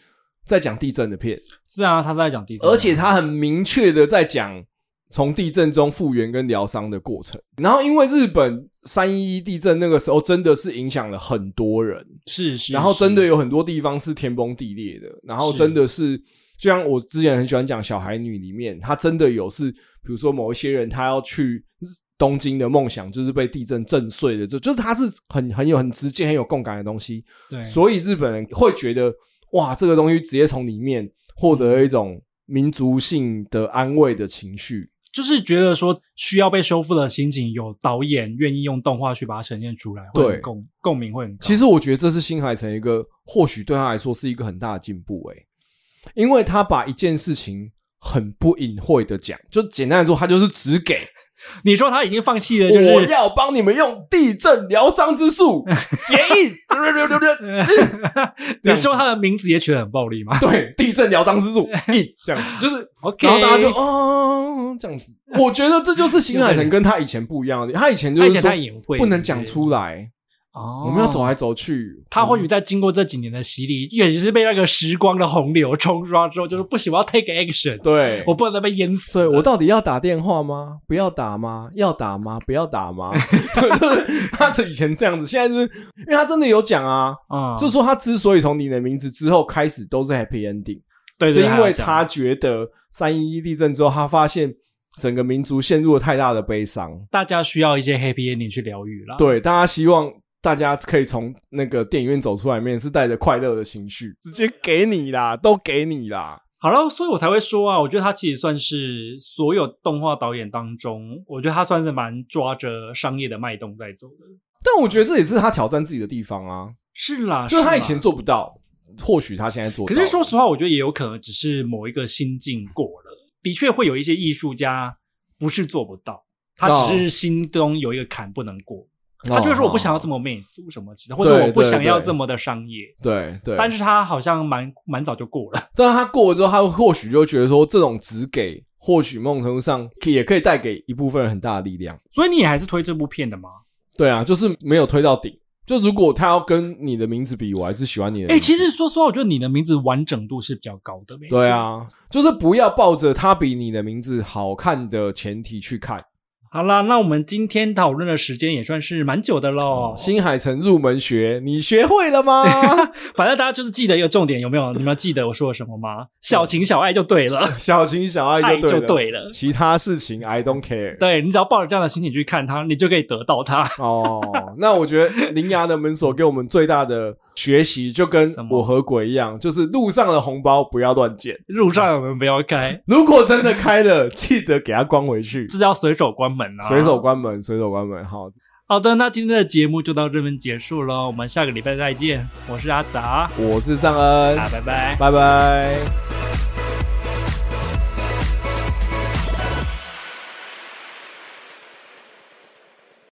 Speaker 2: 在讲地震的片，
Speaker 1: 是啊，他在讲地震，
Speaker 2: 而且他很明确的在讲从地震中复原跟疗伤的过程。然后因为日本三一一地震那个时候真的是影响了很多人，
Speaker 1: 是是，
Speaker 2: 然后真的
Speaker 1: 是
Speaker 2: 有很多地方是天崩地裂的，然后
Speaker 1: 是
Speaker 2: 真的是就像我之前很喜欢讲《小孩女》里面，他真的有是，比如说某一些人他要去。东京的梦想就是被地震震碎的，就就是他是很很有很直接、很有共感的东西。
Speaker 1: 对，
Speaker 2: 所以日本人会觉得哇，这个东西直接从里面获
Speaker 1: 嗯
Speaker 2: 得一种民族性的安慰的情绪。
Speaker 1: 就是觉得说需要被修复的心情，有导演愿意用动画去把它呈现出来，会
Speaker 2: 对
Speaker 1: 很共共鸣会很高。
Speaker 2: 其实我觉得这是新海诚一个或许对他来说是一个很大的进步、欸，因为他把一件事情很不隐晦的讲，就简单来说，他就是只给、
Speaker 1: 你说他已经放弃了，就是
Speaker 2: 我要帮你们用地震疗伤 之术结印，
Speaker 1: 你说他的名字也取得很暴力吗
Speaker 2: 对，地震疗伤之术印，这样子就是
Speaker 1: ？OK，
Speaker 2: 然后大家就哦这样子，我觉得这就是新海诚跟他以前不一样的地方，他以前就
Speaker 1: 而
Speaker 2: 是
Speaker 1: 且
Speaker 2: 说
Speaker 1: 他隐晦，
Speaker 2: 不能讲出来，
Speaker 1: 哦，
Speaker 2: 我们要走。来走去，
Speaker 1: 他或许在经过这几年的洗礼，也是被那个时光的洪流冲刷之后，就是不行，我要 take action，
Speaker 2: 嗯对
Speaker 1: 我，不能再被淹死
Speaker 2: 所以
Speaker 1: 了。
Speaker 2: 我到底要打电话吗？不要打吗？要打吗？不要打 吗？就是他是以前这样子，现在是因为他真的有讲啊，
Speaker 1: 啊，
Speaker 2: 就是说他之所以从你的名字之后开始都是 happy ending，
Speaker 1: 对，
Speaker 2: 是
Speaker 1: 对
Speaker 2: 因为
Speaker 1: 讲
Speaker 2: 他觉得三一一地震之后，他发现整个民族陷入了太大的悲伤。
Speaker 1: 大家需要一些 happy ending 去疗愈啦。
Speaker 2: 对，大家希望大家可以从那个电影院走出来，面是带着快乐的情绪，直接给你啦，都给你啦。
Speaker 1: 好了，所以我才会说啊，我觉得他其实算是所有动画导演当中，我觉得他算是蛮抓着商业的脉动在走的。
Speaker 2: 但我觉得这也是他挑战自己的地方啊。
Speaker 1: 是啦，
Speaker 2: 就是他
Speaker 1: 啦
Speaker 2: 以前做不到，或许他现在做到
Speaker 1: 可
Speaker 2: 了。
Speaker 1: 是说实话，我觉得也有可能只是某一个心境过了。的确会有一些艺术家不是做不到，
Speaker 2: 哦
Speaker 1: 他只是心中有一个坎不能过。他就是说我不想要这
Speaker 2: 么，
Speaker 1: 么媚俗什么之类的，或者我不想要
Speaker 2: 对
Speaker 1: 这么的商业。
Speaker 2: 对对。
Speaker 1: 但是他好像蛮蛮早就过了，
Speaker 2: 但是他过了之后，他或许就觉得说，这种只给，或许某种程度上也可以带给一部分人很大的力量。
Speaker 1: 所以你也还是推这部片的吗？
Speaker 2: 对啊，就是没有推到顶。就如果他要跟你的名字比，我还是喜欢你的
Speaker 1: 哎、
Speaker 2: 名字。
Speaker 1: 其实说实话，我觉得你的名字完整度是比较高的。没错
Speaker 2: 对，啊，就是不要抱着他比你的名字好看的前提去看。
Speaker 1: 好啦，那我们今天讨论的时间也算是蛮久的喽。
Speaker 2: 新海诚入门学，你学会 了吗？
Speaker 1: 反正大家就是记得一个重点，有没有？你们要记得我说了什么吗？小情小爱就对了，
Speaker 2: 小情小爱
Speaker 1: 爱
Speaker 2: 就对
Speaker 1: 就
Speaker 2: 了，
Speaker 1: 对了。
Speaker 2: 其他事情 I don't care。
Speaker 1: 对你只要抱着这样的心情去看它，你就可以得到它。
Speaker 2: 哦，那我觉得铃芽的门锁给我们最大的学习，就跟
Speaker 1: 什么
Speaker 2: 我和鬼一样，就是路上的红包不要乱捡，
Speaker 1: 路上我们不要开，
Speaker 2: 如果真的开了，记得给它关回去，
Speaker 1: 这叫随手关门啊！
Speaker 2: 随手。关门，随手关门。好，
Speaker 1: 好的，那今天的节目就到这边结束喽，我们下个礼拜再见。我是阿杂，
Speaker 2: 我是尚恩
Speaker 1: 啊，，拜拜。
Speaker 2: 拜拜。